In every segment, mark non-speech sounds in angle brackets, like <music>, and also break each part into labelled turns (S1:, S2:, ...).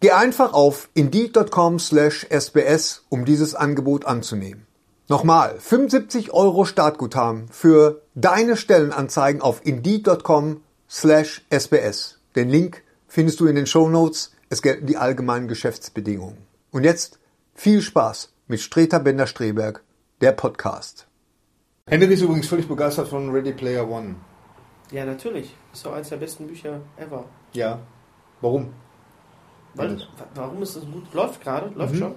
S1: Geh einfach auf indeed.com slash sbs, um dieses Angebot anzunehmen. Nochmal, 75 Euro Startguthaben für deine Stellenanzeigen auf indeed.com slash sbs. Den Link findest du in den Shownotes. Es gelten die allgemeinen Geschäftsbedingungen. Und jetzt viel Spaß mit Streter Bender-Streberg, der Podcast. Henry ist übrigens völlig begeistert von Ready Player One.
S2: Ja, natürlich. Ist doch eines der besten Bücher ever.
S1: Ja. Warum?
S2: Weil,
S1: Alles.
S2: wa- warum ist das gut? Läuft gerade, läuft schon. Ready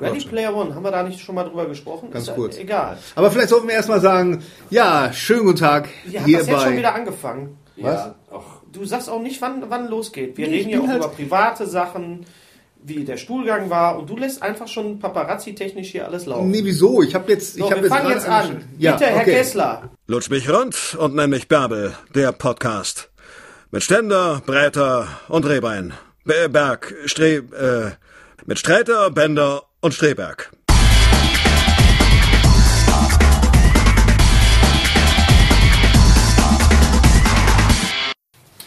S1: Mhm. Läuft schon.
S2: Player One, haben wir da nicht schon mal drüber gesprochen?
S1: Ganz
S2: ist ja
S1: kurz.
S2: Egal.
S1: Aber vielleicht sollten wir erstmal sagen, ja, schönen guten Tag
S2: Wir haben das jetzt schon
S1: hierbei.
S2: wieder angefangen.
S1: Was?
S3: Ja, auch
S2: Du sagst auch nicht, wann, wann losgeht. Wir
S1: Nee,
S2: reden
S1: ich
S2: ja
S1: bin
S2: auch
S1: halt-
S2: über private Sachen, wie der Stuhlgang war und du lässt einfach schon paparazzi-technisch hier alles laufen.
S1: Nee, wieso? Ich habe jetzt,
S2: so,
S1: ich habe
S2: wir
S1: jetzt
S2: fangen
S1: gerade
S2: jetzt an.
S1: angeschnitten. Ja,
S2: Bitte, Herr
S1: okay.
S2: Kessler.
S3: Lutsch mich rund und nenn mich Bärbel, der Podcast. Mit Ständer, Breiter und Rehbein. Be- Berg, Stre... Äh, mit Streiter, Bender und Streberg.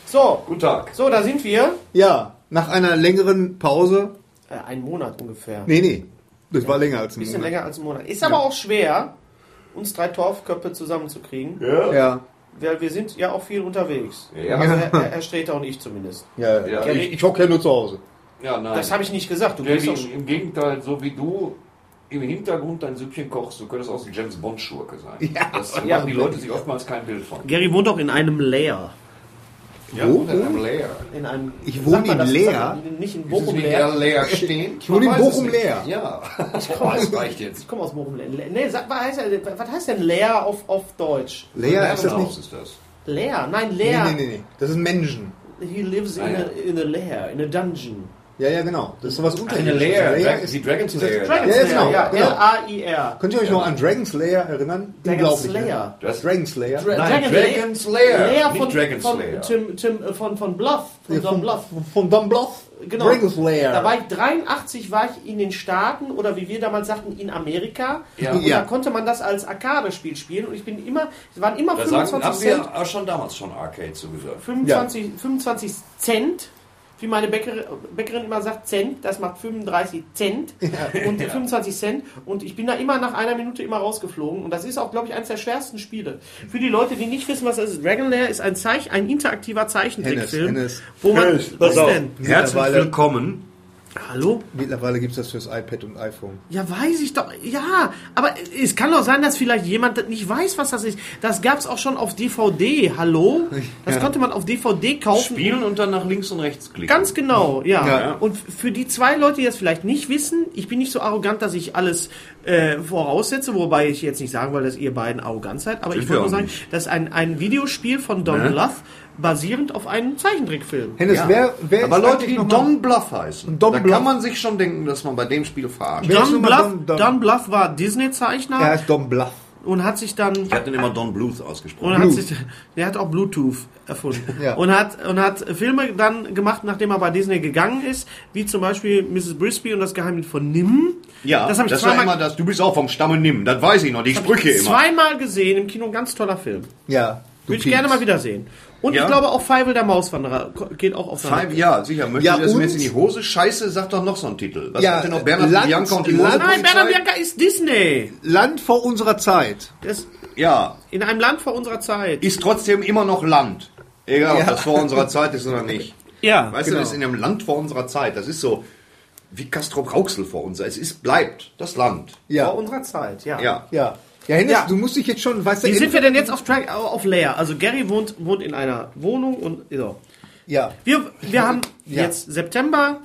S2: So,
S3: Guten Tag.
S2: so, da sind wir.
S1: Ja, nach einer längeren Pause.
S2: Äh, ein Monat ungefähr.
S1: Nee, nee. Das war länger als ein
S2: Bisschen
S1: Monat.
S2: länger als ein Monat. Ist aber auch schwer, uns drei Torfköpfe zusammenzukriegen.
S1: Ja.
S2: Weil wir sind ja auch viel unterwegs.
S4: Ja.
S2: Also Herr, Herr Streter und ich zumindest.
S1: Ja,
S4: Ja.
S1: Ich, ich hocke ja nur zu Hause.
S4: Ja, nein.
S2: Das habe ich nicht gesagt. Du bist
S4: Danny,
S2: doch schon.
S4: Im Gegenteil, so wie du im Hintergrund dein Süppchen kochst, du könntest aus dem James Bond Schurke sein. Ja. Das machen die Leute sich oftmals kein Bild von.
S2: Gary wohnt doch in einem Layer.
S4: Ja,
S1: Wo?
S4: und in einem Layer.
S2: In einem,
S1: Ich wohne
S2: Sagt man
S1: in
S2: das?
S1: Leer?
S2: Sagt man Nicht in
S4: Ist es
S2: Bochum
S4: nicht eher
S2: Leer.
S4: Layer stehen? Ich
S1: wohne in Bochum Leer.
S4: Ja. Oh, das reicht jetzt.
S2: Ich komme aus Bochum Leer. Le- Nee, sag, was, heißt, er- was heißt denn Leer auf, auf Deutsch?
S1: Leer ist das
S4: Herrenhaus
S1: nicht.
S4: Ist das.
S2: Leer? Nein,
S1: Nee,
S2: Leer.
S1: nee, nee, nee. Das ist Menschen.
S2: He lives in,
S4: Ah, ja.
S2: a, in a Lair, in a dungeon.
S1: Ja, ja, genau. Das ist sowas
S4: Eine
S1: Unterirdisches.
S4: Layer.
S1: Layer
S4: Dra-
S1: ist,
S4: Die Dragons Lair.
S2: Dragon's
S1: Ja,
S2: Lair,
S1: ist genau,
S2: ja.
S1: genau.
S2: L-A-I-R.
S1: könnt ihr euch noch an Dragon Slayer erinnern?
S2: Dragon's
S1: Unglaublich, ne?
S2: Lair.
S4: Das-
S1: Dragon Slayer.
S2: Dra-
S4: Nein, Dragon's Lair, nicht
S2: von,
S4: Dragon's
S2: von,
S4: Lair.
S2: Tim, Tim, äh, von, von Bluff. Von
S1: Ja,
S2: Don Bluff.
S1: Von Don Bluff.
S2: Genau.
S1: Dragon Slayer.
S2: Da war ich 83, war ich in den Staaten oder wie wir damals sagten, in Amerika.
S4: Ja.
S2: Und
S1: Ja.
S2: da konnte man das als Arcade-Spiel spielen. Und ich bin immer, es waren immer
S4: Da sagen,
S2: 25
S4: haben
S2: Cent,
S4: wir auch schon damals schon Arcade zugesagt.
S2: 25, 25 Cent. Wie meine Bäckerin, Bäckerin immer sagt, Cent, das macht 35 Cent und 25 Cent. Und ich bin da immer nach einer Minute immer rausgeflogen. Und das ist auch, glaube ich, eines der schwersten Spiele. Für die Leute, die nicht wissen, was das ist, Dragon Lair ist ein, Zeich, ein interaktiver Zeichentrickfilm.
S1: Hennes, Hennes.
S2: Wo man,
S5: Hennes,
S2: was
S5: pass auf.
S2: denn?
S5: Herzlich
S1: Mittlerweile-
S5: willkommen.
S2: Hallo?
S1: Mittlerweile gibt es das fürs iPad und iPhone.
S2: Ja, weiß ich doch. Ja, aber es kann doch sein, dass vielleicht jemand das nicht weiß, was das ist. Das gab's auch schon auf DVD. Hallo? Das konnte man auf DVD kaufen.
S5: Spielen und dann nach links und rechts klicken.
S2: Ganz genau, ja.
S1: Ja.
S2: Und f- für die zwei Leute, die das vielleicht nicht wissen, ich bin nicht so arrogant, dass ich alles äh, voraussetze, wobei ich jetzt nicht sagen will, dass ihr beiden arrogant seid, aber ich
S5: wir
S2: wollte nur
S5: auch
S2: sagen,
S5: nicht.
S2: dass ein, ein Videospiel von
S1: Ne?
S2: Don Bluth basierend auf einem Zeichentrickfilm.
S1: Hennes, wer, wer
S5: Aber
S1: ist
S5: Leute,
S1: eigentlich
S5: die
S1: noch mal-
S5: Don Bluff heißen,
S1: Don
S5: da
S1: Bluff.
S5: kann man sich schon denken, dass man bei dem Spiel verarscht.
S1: Wer ist
S2: Don
S1: nun mal
S2: Bluth,
S1: Don- Don-
S2: Don Bluth war Disney-Zeichner
S1: Er heißt Don Bluff.
S2: und hat sich dann
S5: Ich habe den immer Don Bluth
S2: Und
S5: ausgesprochen.
S2: hat sich, der hat auch Bluetooth erfunden.
S1: Ja.
S2: Und, hat, und hat Filme dann gemacht, nachdem er bei Disney gegangen ist, wie zum Beispiel Mrs. Brisby und das Geheimnis von Nim.
S5: Ja,
S2: das habe ich
S5: das war immer
S2: zweimal,
S5: das. Du bist auch vom Stamme Nimm, das weiß ich noch, die Sprüche immer.
S2: zweimal gesehen im Kino. Ganz toller Film.
S1: Ja. du
S2: Würde ich
S1: Pieps.
S2: gerne mal wiedersehen. Und
S5: Ja.
S2: ich glaube auch Fievel der Mauswanderer ko- geht auch auf seine.
S5: Five, ja, sicher. Möchte
S1: Ja,
S5: ja, das
S1: und-
S5: mir jetzt in die Hose? Scheiße, sag doch noch so einen Titel. Was
S1: Ja,
S5: hat denn noch Bernhard
S1: Land-
S5: Bianca und die
S1: Land-
S5: Modepolizei?
S2: Nein, Bernhard Bianca ist Disney.
S1: Land vor unserer Zeit.
S2: Das ist
S5: Ja,
S2: in einem Land vor unserer Zeit.
S5: ist trotzdem immer noch Land.
S1: <laughs>
S5: Egal, ob das vor unserer Zeit ist oder nicht.
S2: Ja.
S1: genau.
S5: Weißt du, das ist in einem Land vor unserer Zeit. Das ist so.
S6: wie Castro Rauxel vor uns. Es ist, bleibt das Land.
S7: Ja.
S2: Vor unserer Zeit, ja.
S6: Ja.
S7: Ja. Ja, Hennes,
S2: Ja.
S7: du musst dich jetzt schon, weißt du,
S2: Wie
S7: in-
S2: sind wir denn jetzt auf, Track, auf Layer? Also Gary wohnt, wohnt in einer Wohnung und so.
S7: ja.
S2: Wir, wir haben
S7: Ja.
S2: jetzt September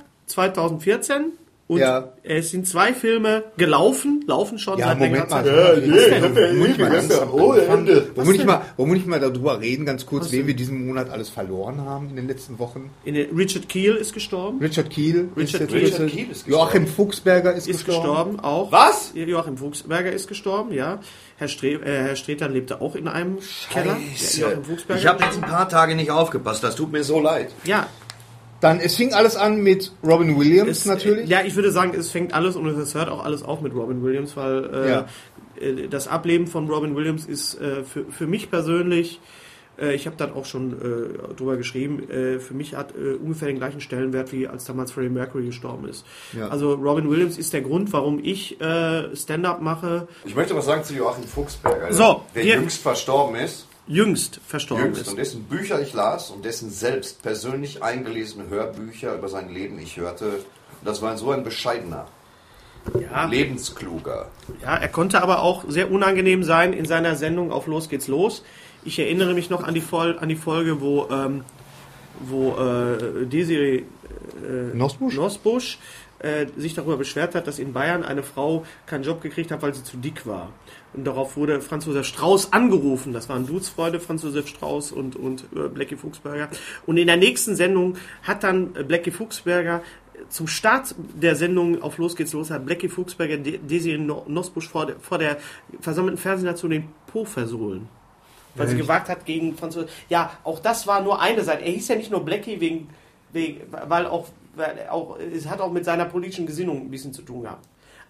S2: 2014 und
S7: Ja.
S2: es sind zwei Filme gelaufen, laufen schon
S7: Ja,
S2: seit
S7: Moment
S2: längerer
S7: mal.
S2: Zeit.
S7: Ja, Moment mal, ganz am
S1: Oh,
S7: Anfang.
S5: Ende.
S7: Wollen wir nicht mal, wollen wir nicht mal darüber reden, ganz kurz, wen wir diesen Monat alles verloren haben in den letzten Wochen?
S2: In den, Richard Keel ist gestorben.
S7: Richard Kiel
S2: Richard-
S7: jetzt
S8: Richard
S7: gestorben.
S8: Kiel ist
S7: Joachim Fuchsberger ist,
S2: Ist
S7: gestorben.
S2: gestorben auch.
S8: Was?
S2: Joachim Fuchsberger ist gestorben, ja. Herr, Stre äh, Herr Streter lebte auch in einem Keller. Ja, Joachim Fuchsberger.
S6: Ich habe jetzt ein paar Tage nicht aufgepasst. Das tut mir so leid.
S2: ja,
S7: Dann, es fing alles an mit Robin Williams
S2: es,
S7: natürlich.
S2: äh, Ja, ich würde sagen, es fängt alles und es hört auch alles auf mit Robin Williams, weil äh,
S7: Ja.
S2: äh, das Ableben von Robin Williams ist äh, für, für mich persönlich, äh, ich habe dann auch schon äh, drüber geschrieben, äh, für mich hat äh, ungefähr den gleichen Stellenwert, wie als damals Freddie Mercury gestorben ist.
S7: Ja.
S2: Also Robin Williams ist der Grund, warum ich äh, Stand-up mache,
S5: Ich möchte was sagen zu Joachim Fuchsberger,
S2: So,
S5: der
S2: hier-
S5: jüngst verstorben ist.
S2: jüngst verstorben
S5: Jüngst.
S2: ist.
S5: Und dessen Bücher ich las und dessen selbst persönlich eingelesene Hörbücher über sein Leben ich hörte. Und das war so ein bescheidener,
S2: Ja,
S5: lebenskluger.
S2: Ja, er konnte aber auch sehr unangenehm sein in seiner Sendung auf Los geht's los. Ich erinnere mich noch an die, Vol an die Folge, wo, ähm, wo äh, Desiree
S7: Nosbusch?
S2: Nosbusch äh, sich darüber beschwert hat, dass in Bayern eine Frau keinen Job gekriegt hat, weil sie zu dick war. Und darauf wurde Franz Josef Strauß angerufen. Das waren Dudesfreunde, Franz Josef Strauß und, und äh, Blackie Fuchsberger. Und in der nächsten Sendung hat dann äh, Blackie Fuchsberger äh, zum Start der Sendung auf Los geht's los, hat Blackie Fuchsberger De- Desiree No- Nosbusch vor der, vor der versammelten Fernsehnation den Po versohlen. Weil sie gewagt hat gegen Franz Josef. Ja, auch das war nur eine Seite. Er hieß ja nicht nur Blackie wegen, wegen weil auch, weil auch, es hat auch mit seiner politischen Gesinnung ein bisschen zu tun gehabt.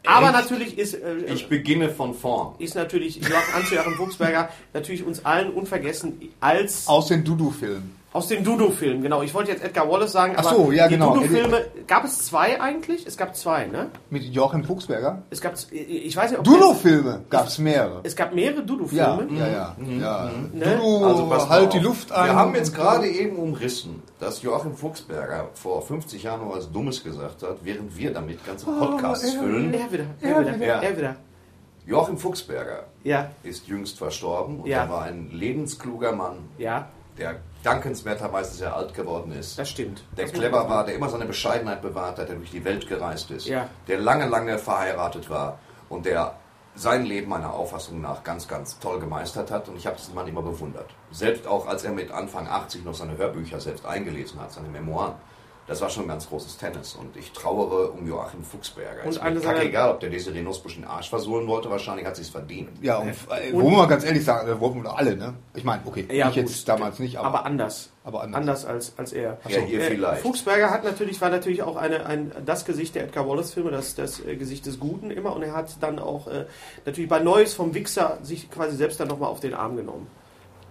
S2: Aber natürlich ist, äh,
S8: Ich beginne von vorn.
S2: ist natürlich Joachim Anzu, Joachim Fuchsberger natürlich uns allen unvergessen als
S7: Aus den Dudu-Filmen.
S2: aus dem Dudu-Film. Genau, ich wollte jetzt Edgar Wallace sagen,
S7: Ach so, ja,
S2: die
S7: genau.
S2: Dudu-Filme, gab es zwei eigentlich? Es gab zwei, ne?
S7: Mit Joachim Fuchsberger.
S2: Es gab, ich weiß nicht, ob
S7: Dudu-Filme gab es mehrere.
S2: es gab mehrere Dudu-Filme.
S7: Ja, ja, ja. ja.
S2: Ne?
S7: Dudu,
S5: Also pass mal
S7: halt
S5: auf.
S7: die Luft an.
S5: Wir haben jetzt gerade eben umrissen, dass Joachim Fuchsberger vor 50 Jahren noch was Dummes gesagt hat, während wir damit ganze Podcasts füllen.
S2: Er wieder, er wieder,
S5: Ja.
S2: er wieder.
S5: Joachim Fuchsberger
S2: Ja,
S5: ist jüngst verstorben und
S2: Ja.
S5: er war ein lebenskluger Mann,
S2: ja,
S5: der dankenswerterweise sehr alt geworden ist.
S2: das stimmt.
S5: der clever war, der immer seine Bescheidenheit bewahrt hat, der durch die Welt gereist ist,
S2: Ja.
S5: der lange, lange verheiratet war und der sein Leben meiner Auffassung nach ganz, ganz toll gemeistert hat. Und ich habe diesen Mann immer bewundert. Selbst auch, als er mit Anfang 80 noch seine Hörbücher selbst eingelesen hat, seine Memoiren. Das war schon ganz großes Tennis. Und ich trauere um Joachim Fuchsberger.
S2: Und
S5: ist
S2: eine
S5: mir
S2: seiner-
S5: kackegal, ob der Desiree Nussbusch den Arsch versohlen wollte. Wahrscheinlich hat sie es verdient.
S7: Ja, und, äh, wollen wir mal ganz ehrlich sagen, äh, wollten wir doch alle, ne? Ich meine, okay, ich jetzt damals nicht, aber,
S2: aber anders.
S7: aber anders.
S2: Anders als, als er. Äh,
S5: Ja, ihr vielleicht.
S2: Fuchsberger hat natürlich, war natürlich auch eine, ein, das Gesicht der Edgar Wallace-Filme, das, das äh, Gesicht des Guten immer. Und er hat dann auch äh, natürlich bei Neues vom Wichser sich quasi selbst dann nochmal auf den Arm genommen.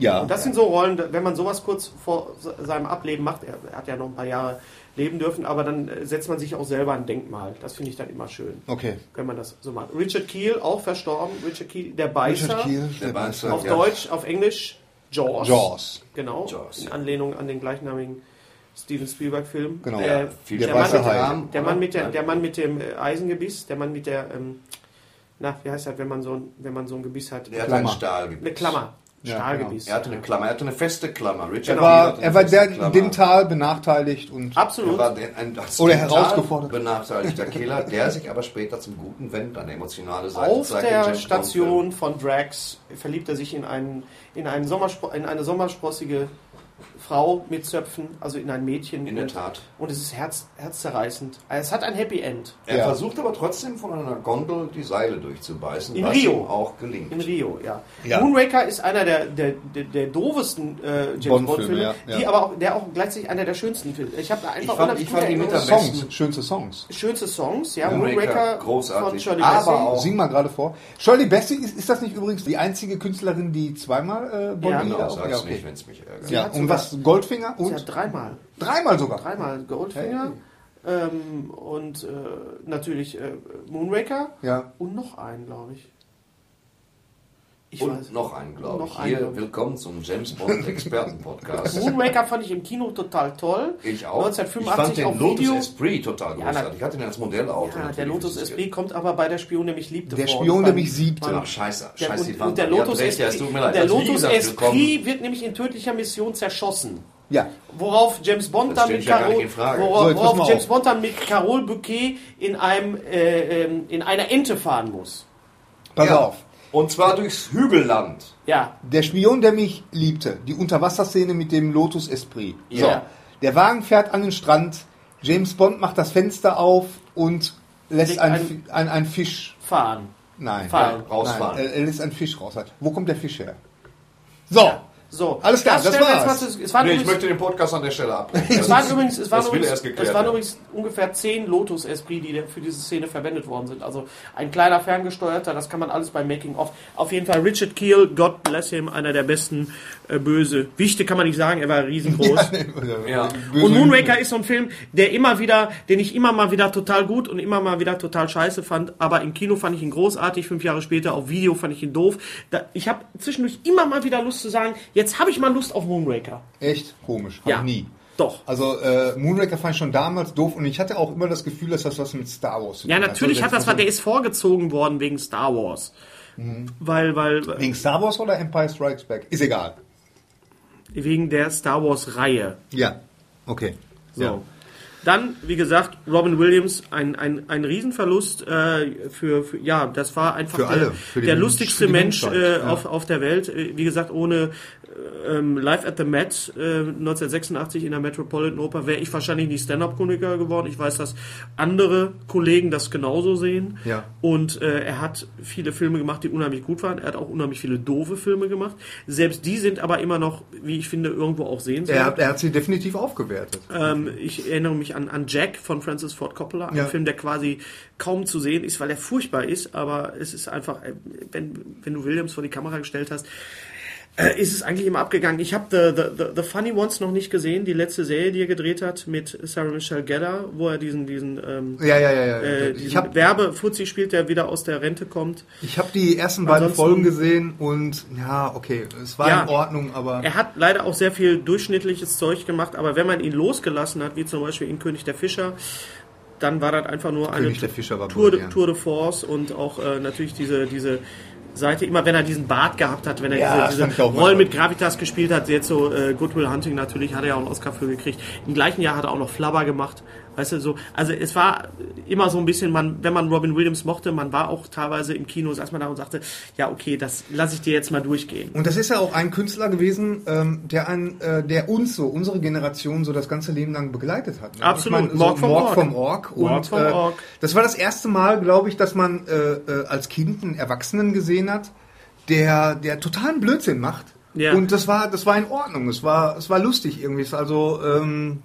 S7: Ja.
S2: Und das sind so Rollen, da- wenn man sowas kurz vor se- seinem Ableben macht, er er hat ja noch ein paar Jahre leben dürfen, aber dann äh, setzt man sich auch selber ein Denkmal. Das finde ich dann immer schön,
S7: okay.
S2: wenn man das so macht. Richard Keel, auch verstorben. Richard Keel, der Beißer.
S7: Richard Kiel,
S5: Der war es
S2: Auf
S5: ja.
S2: Deutsch, auf Englisch Jaws.
S7: Jaws.
S2: Genau.
S5: Jaws.
S2: In Anlehnung an den gleichnamigen Steven Spielberg-Film.
S7: Genau.
S2: Äh,
S5: viel
S2: der,
S5: Der
S2: Mann
S7: weiße
S2: mit
S7: Hai.
S2: der, der, Mann mit der, der Mann mit dem äh, Eisengebiss, der Mann mit der, ähm, na, wie heißt das, wenn man so ein, wenn man so ein Gebiss hat?
S5: Er hat
S7: Klammer.
S5: einen Stahl
S2: Eine Klammer.
S7: Ja,
S2: Stahlgebiss.
S5: Er hatte eine Klammer, er hatte eine feste Klammer. Richard
S7: Er
S5: Gere
S7: war,
S5: hatte
S7: er
S5: eine
S7: war
S5: feste
S7: der,
S5: Klammer.
S7: in dem Tal benachteiligt und
S5: Er
S2: Absolut.
S5: war der- ein das
S7: Oder
S5: total
S7: herausgefordert.
S5: benachteiligter Kehler, der sich aber später zum Guten wendet, an der emotionale Seite
S2: Auf
S5: zeigt,
S2: der
S5: in James Bond-Filmen.
S2: Station von Drax verliebt er sich in, einen, in, einen Sommerspro in eine sommersprossige Frau mit Zöpfen, also in ein Mädchen.
S5: In der Tat.
S2: Und es ist herz, herzzerreißend. Es hat ein Happy End.
S5: Er
S7: Ja.
S5: versucht aber trotzdem von einer Gondel die Seile durchzubeißen,
S2: In
S5: was
S2: Rio.
S5: ihm auch gelingt.
S2: In Rio, ja.
S7: Ja.
S2: Moonraker ist einer der, der, der, der doofesten äh, James
S7: Bond-Filme,
S2: Bond-Filme,
S7: ja, ja.
S2: die aber auch, der auch gleichzeitig einer der schönsten Filme. Ich habe da einfach
S5: Ich fand-
S2: unheimlich
S5: ich fand
S2: gute
S5: ihn mit
S2: Erinnerungen.
S5: am
S7: Songs,
S5: besten.
S7: schönste Songs.
S2: Schönste Songs, ja.
S5: Moonraker,
S2: Moonraker
S5: großartig.
S2: von Shirley
S5: Aber
S2: Bassey.
S5: auch-
S7: Sing mal gerade vor. Shirley Bassey, ist, ist das nicht übrigens die einzige Künstlerin, die zweimal äh, Bond
S2: Ja.
S5: Genau,
S7: Lieder
S5: sag's
S7: ja, okay.
S5: nicht, wenn es mich ärgert.
S7: ja,
S2: hat
S7: und
S2: sogar-
S7: was? Goldfinger
S2: Sie
S7: und
S2: hat dreimal,
S7: dreimal sogar.
S2: dreimal Goldfinger ähm, und äh, natürlich äh, Moonraker
S7: Ja.
S2: und noch einen, glaube ich. Ich
S5: Und
S2: weiß.
S5: noch einen, glaube ich.
S2: Noch
S5: Hier,
S2: einen.
S5: willkommen zum James Bond Experten-Podcast.
S2: Moonraker fand ich im Kino total toll.
S5: ich auch. ich
S2: 1985
S5: fand den
S2: auf
S5: Lotus
S2: Video.
S5: Esprit total
S2: Ja,
S5: großartig. Ich hatte den als Modellauto.
S2: Ja, der
S5: natürlich.
S2: Lotus
S5: Das ist-
S2: Esprit kommt aber bei der Spion, der mich liebte.
S7: Der
S2: vor.
S7: Spion,
S2: Und
S7: der
S2: beim-
S7: mich siebte.
S2: beim-
S5: Ach, scheiße.
S2: Der,
S5: Scheiße, die
S2: und,
S5: Wand.
S2: und der
S5: Ihr habt
S2: Lotus,
S5: recht, ja, es tut mir
S2: Esprit,
S5: leid. Also
S2: der
S5: Als Lieder
S2: Lotus
S5: willkommen.
S2: Esprit wird nämlich in tödlicher Mission zerschossen.
S7: Ja.
S2: Worauf James Bond
S5: Das
S2: dann
S5: steht
S2: mit
S5: ja gar nicht
S2: Carol,
S5: in Frage.
S7: So,
S2: worauf,
S7: jetzt pass mal
S2: worauf James
S7: auf.
S2: Bond dann mit Carol Bouquet in einem äh, ähm, in einer Ente fahren muss.
S7: Pass
S5: Ja.
S7: auf.
S5: Und zwar durchs Hügelland.
S2: Ja,
S7: Der Spion, der mich liebte. Die Unterwasserszene mit dem Lotus Esprit.
S2: Ja.
S7: So. Der Wagen fährt an den Strand. James Bond macht das Fenster auf und lässt
S2: Legt
S7: einen,
S2: einen-
S7: Fi- einen, einen Fisch.
S2: fahren.
S7: Nein.
S2: Fallen.
S7: Nein, äh,
S5: Rausfahren.
S7: er- er lässt einen Fisch raus. Wo kommt der Fisch her? So.
S2: So,
S7: Alles klar, das
S2: stellen wir jetzt
S7: war's.
S2: mal zu- Es waren
S5: Nee, ich
S2: übrigens,
S5: möchte den Podcast an der Stelle abbrechen.
S2: es waren übrigens, es waren
S5: das will
S2: übrigens,
S5: erst geklärt
S2: es waren
S5: werden.
S2: übrigens ungefähr zehn Lotus Esprit, die für diese Szene verwendet worden sind. Also ein kleiner ferngesteuerter, das kann man alles beim Making of. Auf jeden Fall Richard Keel, God bless him, einer der besten äh, Böse. Wichte kann man nicht sagen, er war riesengroß.
S5: <laughs> Ja.
S2: Und Moonraker ist so ein Film, der immer wieder, den ich immer mal wieder total gut und immer mal wieder total scheiße fand, aber im Kino fand ich ihn großartig, fünf Jahre später auf Video fand ich ihn doof. Da, ich habe zwischendurch immer mal wieder Lust zu sagen, jetzt habe ich mal Lust auf Moonraker.
S7: Echt komisch. Hab
S2: Ja.
S7: ich nie.
S2: Doch.
S7: Also äh, Moonraker fand ich schon damals doof und ich hatte auch immer das Gefühl, dass das was mit Star Wars zu
S2: Ja,
S7: tun
S2: natürlich hat
S7: Also,
S2: das, was, der ist vorgezogen worden wegen Star Wars. Weil, weil,
S7: Wegen Star Wars oder Empire Strikes Back? Ist egal.
S2: wegen der Star Wars Reihe.
S7: Ja. Okay.
S2: So. Dann, wie gesagt, Robin Williams, ein, ein, ein Riesenverlust äh, für, für, ja, das war einfach
S7: Für
S2: der,
S7: alle, für
S2: der
S7: die
S2: lustigste Mensch
S7: Mensch- für die
S2: äh,
S7: Menschheit,
S2: auf, auf der Welt. Äh, Wie gesagt, ohne äh, ähm, Live at the Met äh, 1986 in der Metropolitan Oper wäre ich wahrscheinlich nicht Stand-Up-Komiker geworden. Ich weiß, dass andere Kollegen das genauso sehen.
S7: Ja.
S2: Und äh, er hat viele Filme gemacht, die unheimlich gut waren. Er hat auch unheimlich viele doofe Filme gemacht. Selbst die sind aber immer noch, wie ich finde, irgendwo auch sehenswert.
S7: Er hat, er hat sie definitiv aufgewertet.
S2: Ähm, ich erinnere mich an, an Jack von Francis Ford Coppola,
S7: Ja.
S2: ein Film, der quasi kaum zu sehen ist, weil er furchtbar ist, aber es ist einfach, äh, wenn, wenn du Williams vor die Kamera gestellt hast, äh, ist es eigentlich immer abgegangen. Ich habe the, the, the, the Funny Ones noch nicht gesehen, die letzte Serie, die er gedreht hat mit Sarah Michelle Gellar, wo er diesen, diesen, ähm,
S7: Ja, ja, ja, ja.
S2: äh,
S7: ich
S2: diesen
S7: habe
S2: Werbefuzzi spielt, der wieder aus der Rente kommt.
S7: ich hab die ersten beiden
S2: Ansonsten-
S7: Folgen gesehen und ja, okay, es war
S2: Ja.
S7: in Ordnung, aber
S2: Er hat leider auch sehr viel durchschnittliches Zeug gemacht, aber wenn man ihn losgelassen hat, wie zum Beispiel in König der Fischer, dann war das einfach nur eine
S7: König der Fischer war
S2: Tour,
S7: blöd,
S2: de,
S7: ja.
S2: Tour de Force und auch äh, natürlich diese, diese Seite, immer wenn er diesen Bart gehabt hat, wenn er
S7: Ja, das
S2: diese,
S7: fand ich
S2: diese
S7: auch manchmal.
S2: Rollen mit Gravitas gespielt hat, jetzt so äh, Goodwill Hunting natürlich, hat er ja auch einen Oscar für gekriegt. Im gleichen Jahr hat er auch noch Flubber gemacht. Weißt du, so, also es war immer so ein bisschen, man, wenn man Robin Williams mochte, man war auch teilweise im Kino, saß man da und sagte, ja, okay, das lasse ich dir jetzt mal durchgehen.
S7: und das ist ja auch ein Künstler gewesen, ähm, der ein, äh, der uns so, unsere Generation so das ganze Leben lang begleitet hat. ne?
S2: Absolut.
S7: Ich mein, so
S2: Morg
S7: Morg
S2: vom
S7: vom
S2: Org.
S7: Org. Vom Org. Und,
S2: Morg vom
S7: äh,
S2: Org.
S7: Das war das erste Mal, glaube ich, dass man äh, äh, als Kind einen Erwachsenen gesehen hat, der, der totalen Blödsinn macht.
S2: Ja.
S7: Und das war, das war in Ordnung. Es war, es war lustig irgendwie. Es war also, ähm,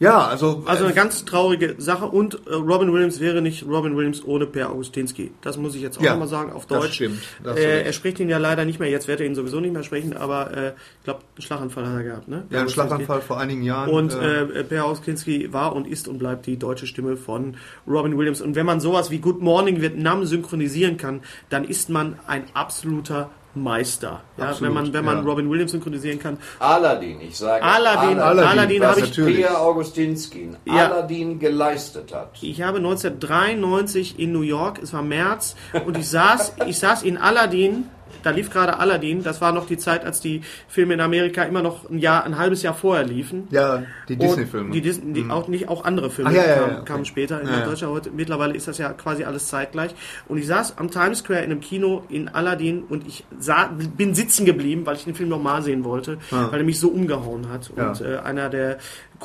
S7: ja, also,
S2: Also eine ganz traurige Sache und äh, Robin Williams wäre nicht Robin Williams ohne Per Augustinski. Das muss ich jetzt auch
S7: Ja,
S2: nochmal sagen, auf
S7: das
S2: Deutsch.
S7: stimmt. Da hast du
S2: Äh,
S7: recht.
S2: er spricht ihn ja leider nicht mehr, jetzt wird er ihn sowieso nicht mehr sprechen, aber äh, ich glaube, einen Schlaganfall hat er gehabt, ne?
S7: ja, ein
S2: Augustinski.
S7: Schlaganfall vor einigen Jahren.
S2: Und
S7: äh,
S2: äh, äh, Per Augustinski war und ist und bleibt die deutsche Stimme von Robin Williams. Und wenn man sowas wie Good Morning Vietnam synchronisieren kann, dann ist man ein absoluter Meister. Ja,
S7: Absolut,
S2: wenn man, wenn man
S7: ja.
S2: Robin Williams synchronisieren kann.
S5: Aladdin, ich sage.
S2: Aladdin, Aladdin,
S7: Aladdin
S2: habe
S7: was
S2: ich
S7: natürlich.
S5: Peer Augustinski
S2: Ja.
S5: Aladdin geleistet hat.
S2: Ich habe 1993 in New York, es war März, und ich saß, ich saß in Aladdin, da lief gerade Aladdin, das war noch die Zeit, als die Filme in Amerika immer noch ein Jahr, ein halbes Jahr vorher liefen.
S7: ja, die
S2: Und
S7: Disney-Filme.
S2: Die Disney, die auch nicht, auch andere Filme
S7: Ah, ja, ja,
S2: kamen,
S7: ja, okay.
S2: kamen später in
S7: Ja, ja.
S2: Deutschland. Heute, mittlerweile ist das ja quasi alles zeitgleich. Und ich saß am Times Square in einem Kino in Aladdin und ich sah, bin sitzen geblieben, weil ich den Film nochmal sehen wollte, weil er mich so umgehauen hat.
S7: Ah. Ja.
S2: Und äh, einer der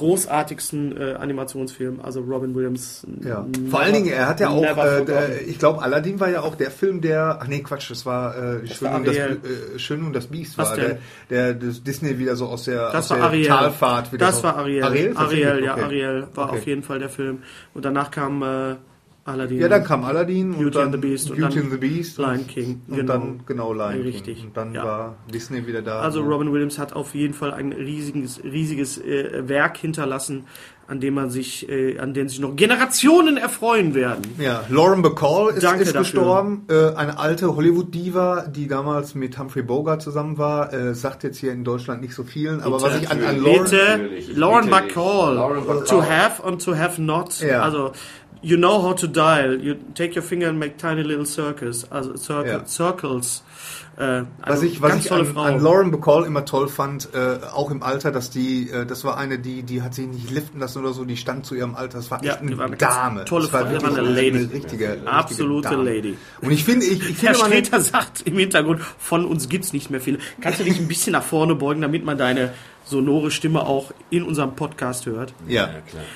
S2: großartigsten äh, Animationsfilme, also Robin Williams.
S7: Ja.
S2: never-
S7: Vor allen Dingen, er hat ja auch,
S2: never
S7: äh,
S2: forgotten.
S7: der, ich glaube, Aladdin war ja auch der Film, der, ach nee, Quatsch, das war äh, Schön,
S2: war
S7: und das,
S2: Ariel.
S7: äh, Schön und das Biest
S2: Was
S7: war,
S2: denn?
S7: der, der das Disney wieder so aus der,
S2: Das
S7: aus Also
S2: war
S7: der
S2: Ariel.
S7: Talfahrt wieder
S2: Das
S7: so-
S2: war Ariel.
S7: Ariel, tatsächlich?
S2: Ariel, ja,
S7: Okay.
S2: Ariel war
S7: Okay.
S2: auf jeden Fall der Film. Und danach kam äh, Aladdin.
S7: Ja, dann kam Aladdin
S2: Beauty
S7: und dann
S2: and the Beast und
S7: Beauty
S2: dann
S7: and the Beast
S2: Lion King,
S7: und
S2: genau.
S7: dann genau Lion
S2: Richtig,
S7: King und dann
S2: ja.
S7: war Disney wieder da.
S2: Also Robin Williams hat auf jeden Fall ein riesiges, riesiges äh, Werk hinterlassen. an dem man sich, äh, an den sich noch Generationen erfreuen werden.
S7: Ja, Lauren Bacall ist,
S2: Danke
S7: ist
S2: dafür.
S7: gestorben. Äh, eine alte Hollywood-Diva, die damals mit Humphrey Bogart zusammen war. Äh, sagt jetzt hier in Deutschland nicht so vielen, aber was ich an, an Lauren...
S2: Bitte,
S9: natürlich, ich
S2: Lauren
S9: bitte dich.
S2: Bacall,
S9: Lauren Bacall.
S2: to have and to have not.
S7: Ja.
S2: Also, you know how to dial. You take your finger and make tiny little circles. Also, circle,
S7: Ja.
S2: circles. Äh,
S7: Was
S2: also
S7: ich, was
S2: ganz
S7: ich
S2: tolle
S7: an,
S2: Frau.
S7: an Lauren Bacall immer toll fand, äh, auch im Alter, dass die, äh, das war eine, die, die hat sich nicht liften lassen oder so, die stand zu ihrem Alter. Das war
S2: Ja,
S7: echt
S2: die
S7: eine
S2: war eine ganz
S7: Dame.
S2: tolle
S7: das war
S2: Frau, die
S7: wirklich
S2: war eine Lady.
S7: Eine richtige, richtige
S2: Absolute
S7: Dame.
S2: Lady.
S7: Und ich finde, ich, ich
S2: Herr
S7: finde man nimmt-
S2: Streter sagt im Hintergrund, von uns gibt's nicht mehr viele. Kannst du dich ein bisschen nach vorne beugen, damit man deine sonore Stimme auch in unserem Podcast hört?
S7: ja.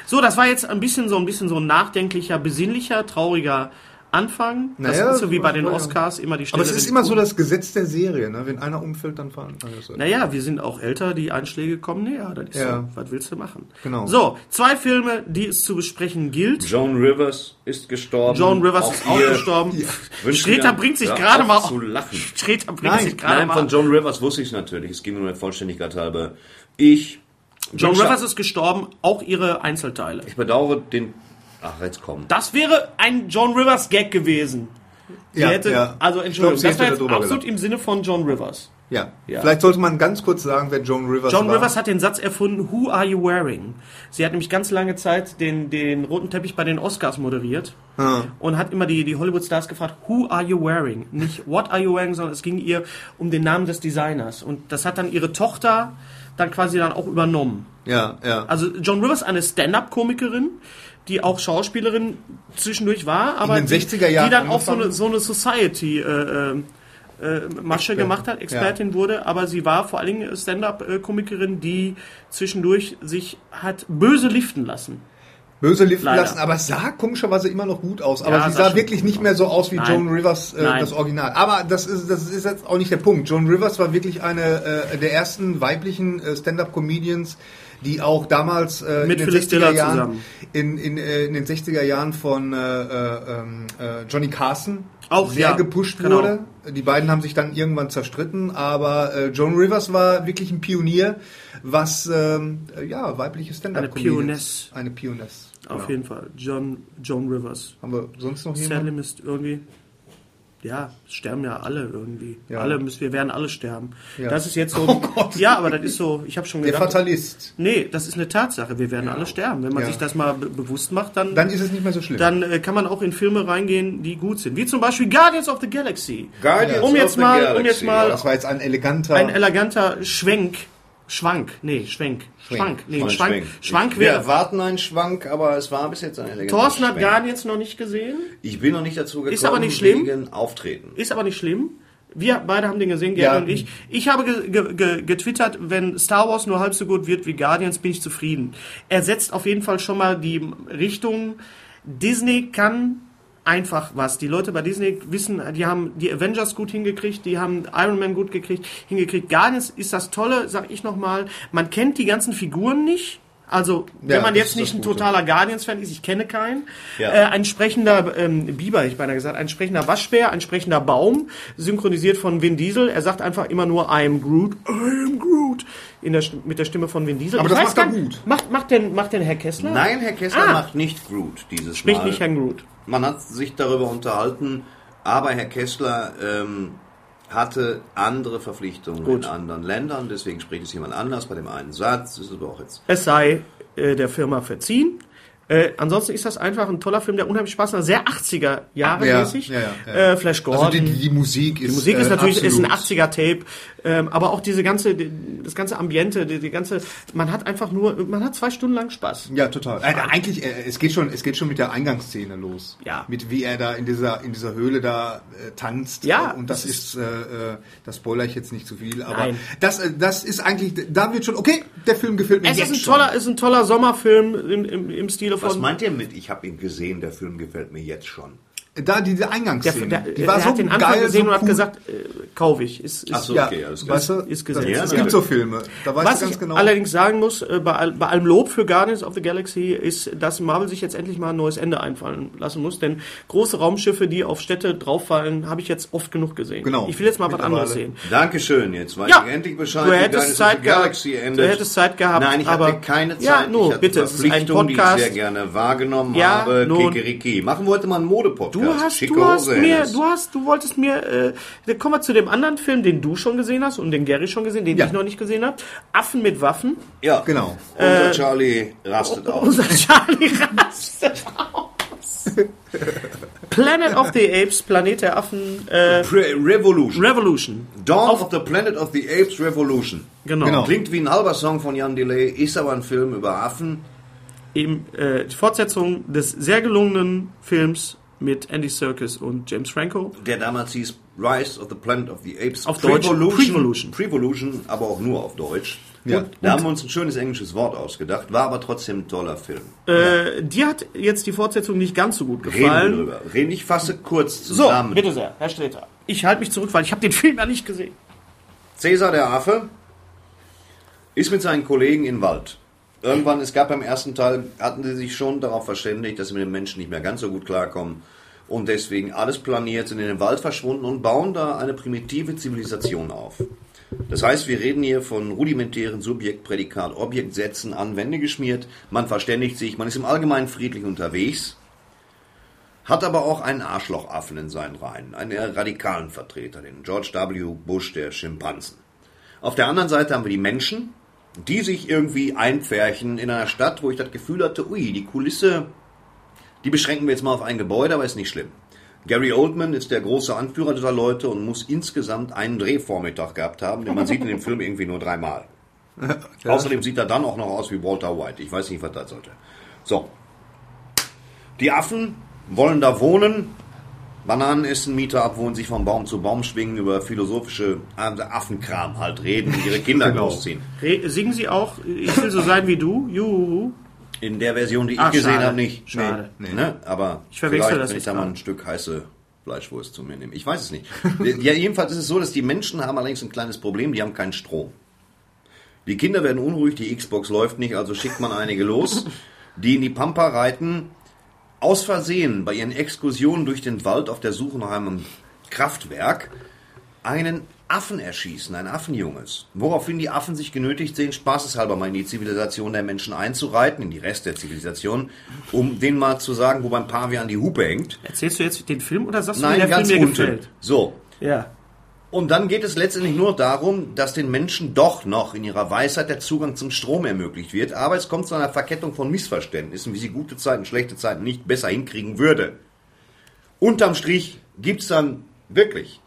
S2: So, das war jetzt ein bisschen so ein bisschen so ein nachdenklicher, besinnlicher, trauriger Anfang. Das
S7: Naja,
S2: ist so wie bei den
S7: ja.
S2: Oscars immer die Stelle.
S7: Aber es ist
S2: wenn-
S7: immer so das Gesetz der Serie, ne? Wenn einer umfällt, dann fahren. Also,
S2: Naja, wir sind auch älter, die Einschläge kommen näher. Das ist
S7: Ja.
S2: so. Was willst du machen?
S7: Genau.
S2: So, zwei Filme, die es zu besprechen gilt.
S10: Joan Rivers ist gestorben.
S2: Joan Rivers ist auch
S10: hier
S2: gestorben.
S10: wünschen
S2: Streter
S10: wir-
S2: bringt sich
S10: Hör
S2: gerade
S10: auf
S2: mal
S10: zu
S2: auf.
S10: lachen.
S2: Streter bringt
S7: Nein,
S2: sich gerade
S10: Nein,
S2: mal.
S10: von Joan Rivers wusste ich es natürlich. Es ging nur der Vollständigkeit halber. Ich.
S2: Joan
S10: wünsche-
S2: Rivers ist gestorben, auch ihre Einzelteile.
S10: Ich bedauere den. Ach, jetzt komm.
S2: Das wäre ein John Rivers Gag gewesen. Sie
S7: Ja,
S2: hätte,
S7: ja.
S2: also
S7: Ich glaub,
S2: Entschuldigung,
S7: sie
S2: das war
S7: hätte
S2: jetzt
S7: darüber
S2: absolut
S7: gelacht.
S2: im Sinne von John Rivers.
S7: ja.
S2: Ja.
S7: Vielleicht sollte man ganz kurz sagen, wer John Rivers
S2: John
S7: war.
S2: Rivers hat den Satz erfunden, Who are you wearing? Sie hat nämlich ganz lange Zeit den, den roten Teppich bei den Oscars moderiert
S7: Ah.
S2: und hat immer die, die Hollywood-Stars gefragt, Who are you wearing? Nicht What are you wearing, sondern es ging ihr um den Namen des Designers. Und das hat dann ihre Tochter dann quasi dann auch übernommen.
S7: ja, ja.
S2: Also John Rivers, eine Stand-up-Komikerin, die auch Schauspielerin zwischendurch war, aber
S7: den
S2: die-
S7: 60er Jahren
S2: die dann auch so
S7: angefangen.
S2: eine, so eine Society äh, ähm, äh, Masche gemacht hat, Expertin wurde, aber sie war vor allen Dingen Stand-up-Komikerin, die zwischendurch sich hat böse liften lassen.
S7: Böse liften
S2: Leider.
S7: lassen, aber es sah komischerweise immer noch gut aus. Aber
S2: Ja,
S7: sie
S2: sah
S7: sah,
S2: schon
S7: wirklich
S2: gut
S7: nicht
S2: aus.
S7: mehr so aus wie
S2: Nein.
S7: Joan Rivers, äh,
S2: Nein.
S7: das Original. Aber das ist, das ist jetzt auch nicht der Punkt. Joan Rivers war wirklich eine äh, der ersten weiblichen äh, Stand-Up-Comedians, die auch damals äh,
S2: Mit
S7: in, den
S2: Phyllis
S7: 60er
S2: Diller
S7: Jahren,
S2: zusammen.
S7: in, in, äh, in den 60er Jahren von äh, äh, ähm, äh, Johnny Carson
S2: Auch,
S7: sehr
S2: ja,
S7: gepusht
S2: genau.
S7: wurde. Die beiden haben sich dann irgendwann zerstritten, aber äh, Joan Rivers war wirklich ein Pionier, was ähm, äh, ja weibliche Stand-up-Comedians.
S2: Pioness.
S7: Eine Pioness.
S2: Auf
S7: genau.
S2: jeden Fall. John, John Rivers.
S7: Haben wir sonst noch jemanden?
S2: Salem ist irgendwie. Ja, es sterben ja alle irgendwie.
S7: Ja.
S2: Alle müssen, wir werden alle sterben.
S7: Ja.
S2: Das ist jetzt so.
S7: <laughs> Oh Gott.
S2: Ja, aber das ist so. Ich habe schon
S7: Der
S2: gedacht.
S7: Fatalist.
S2: Nee, das ist eine Tatsache. Wir werden alle sterben. Wenn man
S7: Ja.
S2: sich das mal be bewusst macht, dann,
S7: Dann ist es nicht mehr so schlimm.
S2: dann äh, kann man auch in Filme reingehen, die gut sind. Wie zum Beispiel Guardians of the Galaxy.
S10: Guardians
S2: um,
S10: of
S2: jetzt
S10: the
S2: mal, um
S10: Galaxy.
S2: jetzt mal
S7: das war jetzt ein eleganter.
S2: ein eleganter Schwenk. Schwank. Nee, Schwenk. Schwank. Nee,
S10: Schwank.
S2: Schwank.
S10: Schwenk.
S2: Schwank
S5: Wir
S2: wäre.
S5: erwarten einen Schwank, aber es war bis jetzt ein eleganter
S2: Thorsten hat
S5: Schwenk.
S2: Guardians noch nicht gesehen.
S5: Ich bin noch nicht dazu gekommen.
S2: aber nicht schlimm.
S5: Wegen Auftreten.
S2: Ist aber nicht schlimm. Wir beide haben den gesehen, Gerhard
S7: Ja.
S2: und ich. Ich habe ge ge ge getwittert, wenn Star Wars nur halb so gut wird wie Guardians, bin ich zufrieden. Er setzt auf jeden Fall schon mal die Richtung. Disney kann einfach was. Die Leute bei Disney wissen, die haben die Avengers gut hingekriegt, die haben Iron Man gut gekriegt, hingekriegt. Guardians ist das Tolle, sag ich nochmal. Man kennt die ganzen Figuren nicht. Also, wenn
S7: Ja,
S2: man
S7: das
S2: jetzt
S7: ist das
S2: nicht ein
S7: Gute.
S2: totaler Guardians-Fan ist, ich kenne keinen,
S5: Ja.
S2: äh, ein sprechender ähm, Biber, hätte ich beinahe gesagt, ein sprechender Waschbär, ein sprechender Baum, synchronisiert von Vin Diesel. Er sagt einfach immer nur I am Groot, I am Groot in der, Sti- mit der Stimme von Vin Diesel.
S7: Aber
S2: Ich
S7: das
S2: weiß
S7: macht er
S2: gar nicht-
S7: gut.
S2: Macht, macht, denn, macht denn Herr Kessler?
S5: Nein, Herr Kessler
S2: Ah.
S5: macht nicht Groot dieses
S2: Sprich
S5: Mal.
S2: nicht Herrn Groot.
S5: Man hat sich darüber unterhalten, aber Herr Kessler ähm, hatte andere Verpflichtungen in anderen Ländern, deswegen spricht es jemand anders bei dem einen Satz. Das ist aber auch jetzt.
S2: Es sei äh, der Firma verziehen. Äh, ansonsten ist das einfach ein toller Film, der unheimlich Spaß macht, sehr 80er Jahre mäßig.
S7: ja, ja, ja.
S2: Äh, Flash Gordon.
S7: also die, die, die Musik ist.
S2: Die Musik ist
S7: äh,
S2: natürlich ist ein
S7: absolut-
S2: 80er Tape, ähm, aber auch diese ganze die, das ganze Ambiente, die, die ganze man hat einfach nur man hat zwei Stunden lang Spaß.
S7: Ja, total. Äh, eigentlich, äh, es geht schon, es geht schon mit der Eingangsszene los.
S2: Ja.
S7: Mit wie er da in dieser in dieser Höhle da äh, tanzt.
S2: Ja,
S7: Äh, Und das
S2: das
S7: ist, äh, äh, das spoiler ich jetzt nicht zu viel, aber
S2: Nein.
S7: das, äh, das ist eigentlich, da wird schon, okay, der Film gefällt mir
S2: Es ist
S7: jetzt
S2: ein
S7: schon.
S2: toller ist ein toller Sommerfilm im, im, im Stile
S5: Was
S2: von
S5: meint ihr mit? Ich habe ihn gesehen, der Film gefällt mir jetzt schon.
S1: Da diese
S2: Der,
S1: Eingangsszene,
S2: der,
S1: die war
S2: er
S1: so
S2: hat den
S1: geil,
S2: Anfang gesehen
S1: so
S2: und hat
S1: cool.
S2: gesagt, äh, kauf ich. Ist, ist,
S5: Ach so,
S1: ja,
S5: okay, alles klar.
S1: weißt du,
S2: Ist gesetzt.
S1: das- Es
S2: Ja.
S1: gibt so Filme, da weißt
S2: Was
S1: du ganz
S2: ich
S1: genau.
S2: allerdings sagen muss, äh, bei, all- bei allem Lob für Guardians of the Galaxy, ist, dass Marvel sich jetzt endlich mal ein neues Ende einfallen lassen muss. Denn große Raumschiffe, die auf Städte drauffallen, habe ich jetzt oft genug gesehen.
S1: Genau.
S2: Ich will jetzt mal was anderes
S1: Mittlerweile.
S2: sehen.
S5: Dankeschön, jetzt weiß
S2: Ja,
S5: ich endlich Bescheid,
S2: du
S5: Guardians
S2: hättest,
S5: of
S2: Zeit
S5: the
S2: gehabt,
S5: Galaxy endet.
S2: du hättest Zeit gehabt.
S5: Nein, ich
S2: aber,
S5: hatte keine Zeit.
S2: Ja, nur,
S5: ich hatte
S2: bitte, es ist ein
S5: Verpflichtungen, die ich
S2: Podcast.
S5: sehr gerne wahrgenommen
S2: Ja,
S5: habe.
S2: nun.
S5: Kikeriki. Machen wir heute mal einen Modepodcast.
S2: Du hast,
S5: Schicke
S2: du hast
S5: Hose,
S2: mir,
S5: Hennes.
S2: du hast, du wolltest mir, äh, dann kommen wir zu dem anderen Film, den du schon gesehen hast und den Gary schon gesehen, den
S1: Ja.
S2: ich noch nicht gesehen habe. Affen mit Waffen.
S5: Ja,
S1: Genau.
S5: Unser Charlie
S2: <laughs>
S5: rastet aus.
S2: Äh, Unser Charlie rastet aus.
S5: <laughs>
S2: Planet of the Apes, Planet der Affen, äh,
S5: Pre Revolution.
S2: Revolution.
S5: Dawn of the Planet of the Apes Revolution.
S2: Genau.
S1: Genau.
S5: Klingt wie ein halber Song von Jan Delay, ist aber ein Film über Affen.
S2: Eben, äh, die Fortsetzung des sehr gelungenen Films mit Andy Serkis und James Franco.
S5: Der damals hieß Rise of the Planet of the Apes.
S2: Auf Deutsch
S5: Prevolution.
S2: Prevolution.
S5: Prevolution, aber auch nur auf Deutsch.
S1: Ja.
S5: Und da haben wir uns ein schönes englisches Wort ausgedacht, war aber trotzdem ein toller Film.
S2: Äh, dir hat jetzt die Fortsetzung nicht ganz so gut
S5: Reden wir
S2: gefallen.
S5: drüber. Reden, ich fasse kurz
S2: So,
S5: zusammen.
S2: bitte sehr, Herr Streter. Ich halte mich zurück, weil ich habe den Film ja nicht gesehen.
S5: Cäsar der Affe ist mit seinen Kollegen im Wald. Irgendwann, es gab beim ersten Teil, hatten sie sich schon darauf verständigt, dass sie mit den Menschen nicht mehr ganz so gut klarkommen und deswegen alles planiert, sind in den Wald verschwunden und bauen da eine primitive Zivilisation auf. Das heißt, wir reden hier von rudimentären Subjekt, Prädikat, Objekt, Sätzen, Anwände geschmiert. Man verständigt sich, man ist im Allgemeinen friedlich unterwegs, hat aber auch einen Arschlochaffen in seinen Reihen, einen eher radikalen Vertreter, den George W. Bush der Schimpansen. Auf der anderen Seite haben wir die Menschen, die sich irgendwie einpferchen in einer Stadt, wo ich das Gefühl hatte, ui, die Kulisse, die beschränken wir jetzt mal auf ein Gebäude, aber ist nicht schlimm. Gary Oldman ist der große Anführer dieser Leute und muss insgesamt einen Drehvormittag gehabt haben, den man sieht in dem Film irgendwie nur dreimal. Außerdem sieht er dann auch noch aus wie Walter White. Ich weiß nicht, was das sollte. So. Die Affen wollen da wohnen, Bananen essen, Miete abwohnen, sich vom Baum zu Baum schwingen, über philosophische äh, Affenkram halt reden, ihre Kinder großziehen.
S2: Re singen Sie auch, ich will so sein wie du. Juhu.
S5: In der Version, die ich
S2: Ah,
S5: gesehen
S2: schade.
S5: habe, nicht.
S2: Schade.
S5: Nee, Ne? Aber ich
S2: verwechsel
S5: vielleicht,
S2: das
S5: wenn ich
S2: jetzt
S5: da mal
S2: gerade.
S5: ein Stück heiße Fleischwurst zu mir nehme. Ich weiß es nicht. <laughs> ja, jedenfalls ist es so, dass die Menschen haben allerdings ein kleines Problem, die haben keinen Strom. Die Kinder werden unruhig, die Xbox läuft nicht, also schickt man
S2: <laughs>
S5: einige los, die in die Pampa reiten, aus Versehen bei ihren Exkursionen durch den Wald auf der Suche nach einem Kraftwerk einen Affen erschießen, ein Affenjunges. Woraufhin die Affen sich genötigt sehen, spaßeshalber mal in die Zivilisation der Menschen einzureiten, in die Rest der Zivilisation, um denen mal zu sagen, wo beim Pavian die Hupe hängt.
S2: Erzählst du jetzt den Film oder sagst
S5: Nein,
S2: du, der
S5: ganz
S2: Film mir
S5: unten.
S2: gefällt?
S5: So,
S2: Ja.
S5: und dann geht es letztendlich nur darum, dass den Menschen doch noch in ihrer Weisheit der Zugang zum Strom ermöglicht wird. Aber es kommt zu einer Verkettung von Missverständnissen, wie sie gute Zeiten, schlechte Zeiten nicht besser hinkriegen würde. Unterm Strich gibt's dann wirklich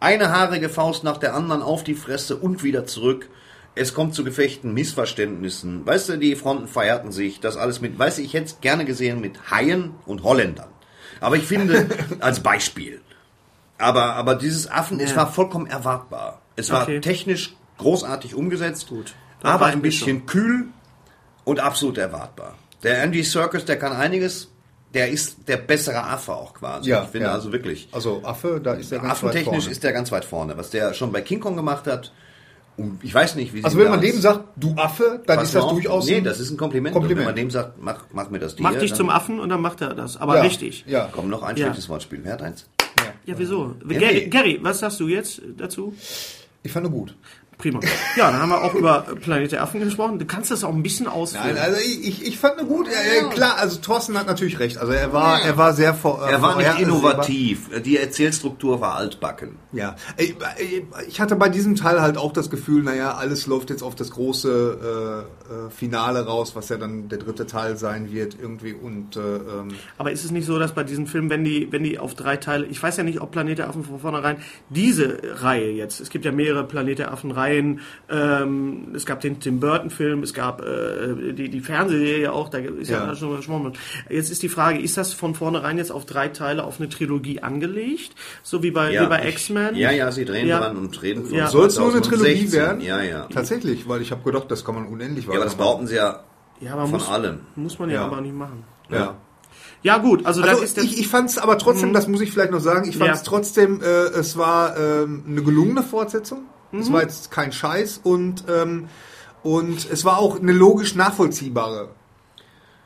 S5: eine haarige Faust nach der anderen auf die Fresse und wieder zurück. Es kommt zu Gefechten, Missverständnissen. Weißt du, die Fronten feierten sich, das alles mit, weißt du, ich hätte es gerne gesehen mit Haien und Holländern. Aber ich
S2: <laughs>
S5: finde, als Beispiel. Aber, aber dieses Affen, es war vollkommen erwartbar. Es war
S2: Okay.
S5: technisch großartig umgesetzt,
S2: Gut. Dann
S5: aber
S2: reicht
S5: ein
S2: mir
S5: bisschen kühl und absolut erwartbar. Der Andy Serkis, der kann einiges, der ist der bessere Affe auch quasi.
S1: Ja,
S5: ich finde
S1: ja.
S5: also wirklich.
S1: Also Affe, da ist der ganz weit
S5: Affentechnisch
S1: vorne.
S5: ist der ganz weit vorne. Was der schon bei King Kong gemacht hat, und ich weiß nicht, wie sie
S1: also wenn man
S5: damals-
S1: dem sagt, du Affe, dann
S5: Pass
S1: ist das
S5: mal auf.
S1: durchaus
S5: Nee, das ist ein Kompliment.
S1: Kompliment.
S5: Und wenn man dem sagt, mach, mach mir das Tier.
S2: Mach dich
S5: dann-
S2: zum Affen und dann macht er das. Aber
S1: ja,
S2: richtig.
S1: Ja.
S5: Komm, noch ein
S2: Ja.
S5: schlechtes Wortspiel. Wer hat eins?
S2: Ja, wieso?
S5: nee.
S2: Gary, Gary, was sagst du jetzt dazu?
S1: Ich fand ihn gut.
S2: Prima. Ja, dann haben wir auch über Planet der Affen gesprochen. Du kannst das auch ein bisschen ausführen.
S1: Nein, also ich, ich, ich fand ihn gut. Äh, Klar, also Thorsten hat natürlich recht. Also er war, er war sehr vor, äh,
S5: Er war nicht
S1: vorhersehbar.
S5: innovativ. Die Erzählstruktur war altbacken.
S1: Ja, ich, ich hatte bei diesem Teil halt auch das Gefühl, naja, alles läuft jetzt auf das große äh, äh, Finale raus, was ja dann der dritte Teil sein wird irgendwie und äh, ähm,
S2: Aber ist es nicht so, dass bei diesem Film, wenn die, wenn die auf drei Teile, ich weiß ja nicht, ob Planet der Affen von vornherein, diese Reihe jetzt, es gibt ja mehrere Planet der Affen-Reihen, ähm, es gab den Tim Burton-Film, es gab äh, die, die Fernsehserie auch, da ist ja,
S1: Ja.
S2: schon mal gesprochen. worden. Jetzt ist die Frage, ist das von vornherein jetzt auf drei Teile auf eine Trilogie angelegt? So wie bei, wie bei
S5: ich-
S2: X-Men?
S5: Ja, ja, sie drehen
S2: Ja.
S5: dran und reden von
S2: Ja.
S1: Soll's nur eine Trilogie
S5: 2016.
S1: werden?
S5: Ja, ja. Ja,
S1: tatsächlich, weil ich habe gedacht, das kann man unendlich
S5: aber das behaupten sie ja
S2: Ja, aber
S5: von
S2: muss,
S5: allem.
S2: muss man ja,
S1: Ja.
S2: aber nicht machen.
S1: Ja.
S2: Ja, gut, also, das
S7: Also
S2: ist der.
S7: ich, ich fand es aber trotzdem, das muss ich vielleicht noch sagen, ich fand es
S2: Ja.
S7: trotzdem, äh, es war ähm, eine gelungene Fortsetzung. Es
S2: Mhm.
S7: war jetzt kein Scheiß und, ähm, und es war auch eine logisch nachvollziehbare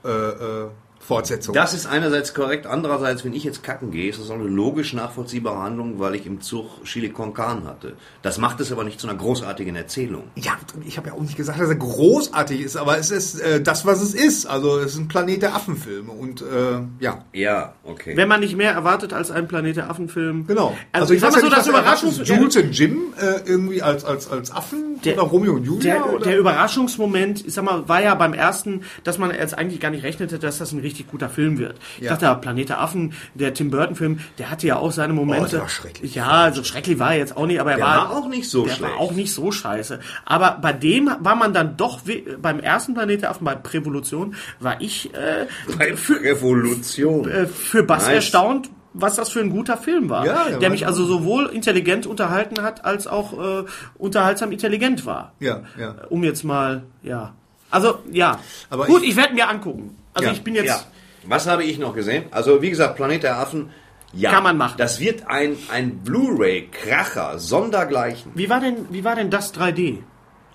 S7: äh, äh, Fortsetzung.
S5: Das ist einerseits korrekt, andererseits, wenn ich jetzt kacken gehe, ist das auch eine logisch nachvollziehbare Handlung, weil ich im Zug Chili con Carne hatte. Das macht es aber nicht zu einer großartigen Erzählung.
S7: ja, ich habe ja auch nicht gesagt, dass er großartig ist, aber es ist äh, das, was es ist. Also es ist ein Planet der Affenfilme und äh, ja.
S5: Ja, okay.
S2: Wenn man nicht mehr erwartet als einen Planet der Affen-Film.
S7: Genau.
S2: Also, ich sag mal so, das Überraschungs...
S7: Überraschungs Jules und Jim äh, irgendwie als, als, als Affen
S2: Der-
S7: oder Romeo und Julia
S2: Der,
S7: oder?
S2: der Überraschungsmoment, ich sag mal, war ja beim ersten, dass man jetzt eigentlich gar nicht rechnete, dass das ein richtig guter Film wird. Ich
S7: Ja.
S2: dachte, ja, Planet der Affen, der Tim Burton-Film, der hatte ja auch seine Momente.
S7: der war schrecklich.
S2: Ja, so schrecklich war er jetzt auch nicht, aber er
S5: Der
S2: war,
S5: war auch nicht so
S2: der
S5: schlecht.
S2: war auch nicht so scheiße. Aber bei dem war man dann doch, we- beim ersten Planet der Affen, bei Prävolution, war ich äh, für,
S5: Revolution.
S2: äh, für Bass
S5: Nice.
S2: erstaunt, was das für ein guter Film war.
S7: Ja,
S2: der
S7: der war-
S2: mich also sowohl intelligent unterhalten hat, als auch äh, unterhaltsam intelligent war.
S7: Ja, ja.
S2: Um jetzt mal, ja. Also, ja.
S7: Aber
S2: Gut, ich,
S7: ich-
S2: werde mir angucken. Also
S7: Ja,
S2: ich bin jetzt.
S5: Ja. Was habe ich noch gesehen? Also, wie gesagt, Planet der Affen. Ja,
S2: Kann man machen.
S5: Das wird ein, ein Blu-ray-Kracher, sondergleichen.
S2: Wie war denn, wie war denn das 3D?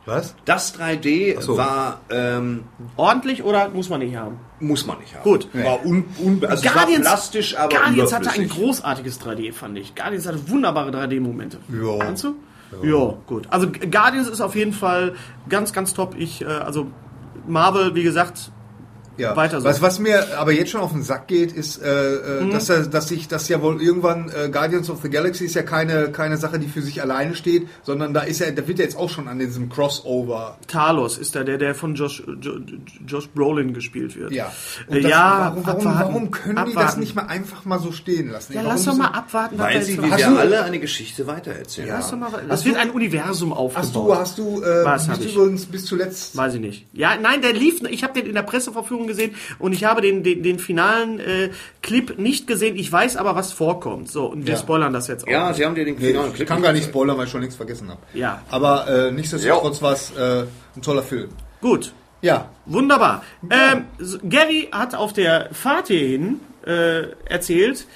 S7: Was?
S5: Das 3D
S7: so.
S5: war, ähm,
S2: Ordentlich oder muss man nicht haben?
S5: muss man nicht haben.
S2: Gut.
S5: War un, un, also es war plastisch, aber
S2: Guardians hatte ein
S5: unüberflüssig.
S2: großartiges 3D, fand ich. Guardians hatte wunderbare 3D-Momente.
S7: Jo.
S2: Kannst du? Ja. gut. Also G- Guardians ist auf jeden Fall ganz, ganz top. Ich, äh, also Marvel, wie gesagt,
S7: Ja.
S2: Weiter so. Mhm.
S7: Was, was mir aber jetzt schon auf den Sack geht, ist, äh, äh, dass, er, dass sich das ja wohl irgendwann äh, Guardians of the Galaxy ist ja keine, keine Sache, die für sich alleine steht, sondern da ist ja, da wird ja jetzt auch schon an diesem Crossover.
S2: Talos ist da der, der von Josh, jo, Josh Brolin gespielt wird.
S7: Ja.
S2: Äh,
S7: Und das-
S2: ja
S7: warum, warum,
S2: abwarten,
S7: warum können
S2: abwarten.
S7: die das nicht mal einfach mal so stehen lassen?
S2: Ja,
S7: Warum
S2: lass doch
S7: müssen-
S2: mal abwarten, was
S5: Weil
S2: da
S5: sie,
S2: jetzt
S5: wie
S2: noch-
S5: wir
S7: du-
S5: alle, eine Geschichte weitererzählen.
S2: Lass doch mal-
S7: Hast
S2: Also Es wird
S7: du-
S2: ein Universum aufgebaut.
S7: Hast du, hast du, äh,
S2: Was hab
S7: bist du
S2: ich?
S7: übrigens bis zuletzt
S2: Weiß ich nicht. Ja, nein, der lief. Ich habe den in der Presseverführung gesehen und ich habe den, den, den finalen äh, Clip nicht gesehen. Ich weiß aber, was vorkommt. So, und wir
S7: Ja.
S2: spoilern das jetzt auch.
S5: Ja, sie haben dir den finalen
S7: ich
S5: Clip
S7: kann gar nicht spoilern, weil ich schon nichts vergessen habe.
S2: Ja.
S7: Aber äh, nichtsdestotrotz war es äh, ein toller Film.
S2: Gut,
S7: Ja.
S2: wunderbar. Ähm, s- Gary hat auf der Fahrt hierhin äh, erzählt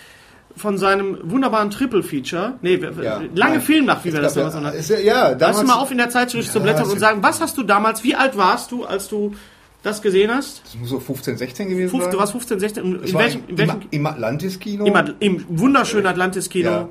S2: von seinem wunderbaren Triple-Feature. Nee, wir-
S7: ja.
S2: lange
S7: Nein.
S2: Film nach, wie wir
S7: Es
S2: das
S7: gab
S2: damals noch
S7: ja,
S2: nannten.
S7: es- ja,
S2: Lass
S7: damals,
S2: mal auf in der Zeitschrift zu blättern
S7: das-
S2: und sagen, was hast du damals, wie alt warst du, als du das gesehen hast?
S7: das muss so 15, 16 gewesen
S2: Fünf,
S7: sein.
S2: du warst 15, 16. und
S7: Das
S2: In
S7: war
S2: welchem, in
S7: im,
S2: welchem,
S7: im Atlantis-Kino.
S2: Im, Atl- im wunderschönen Atlantis-Kino.
S7: ja,
S2: Ja.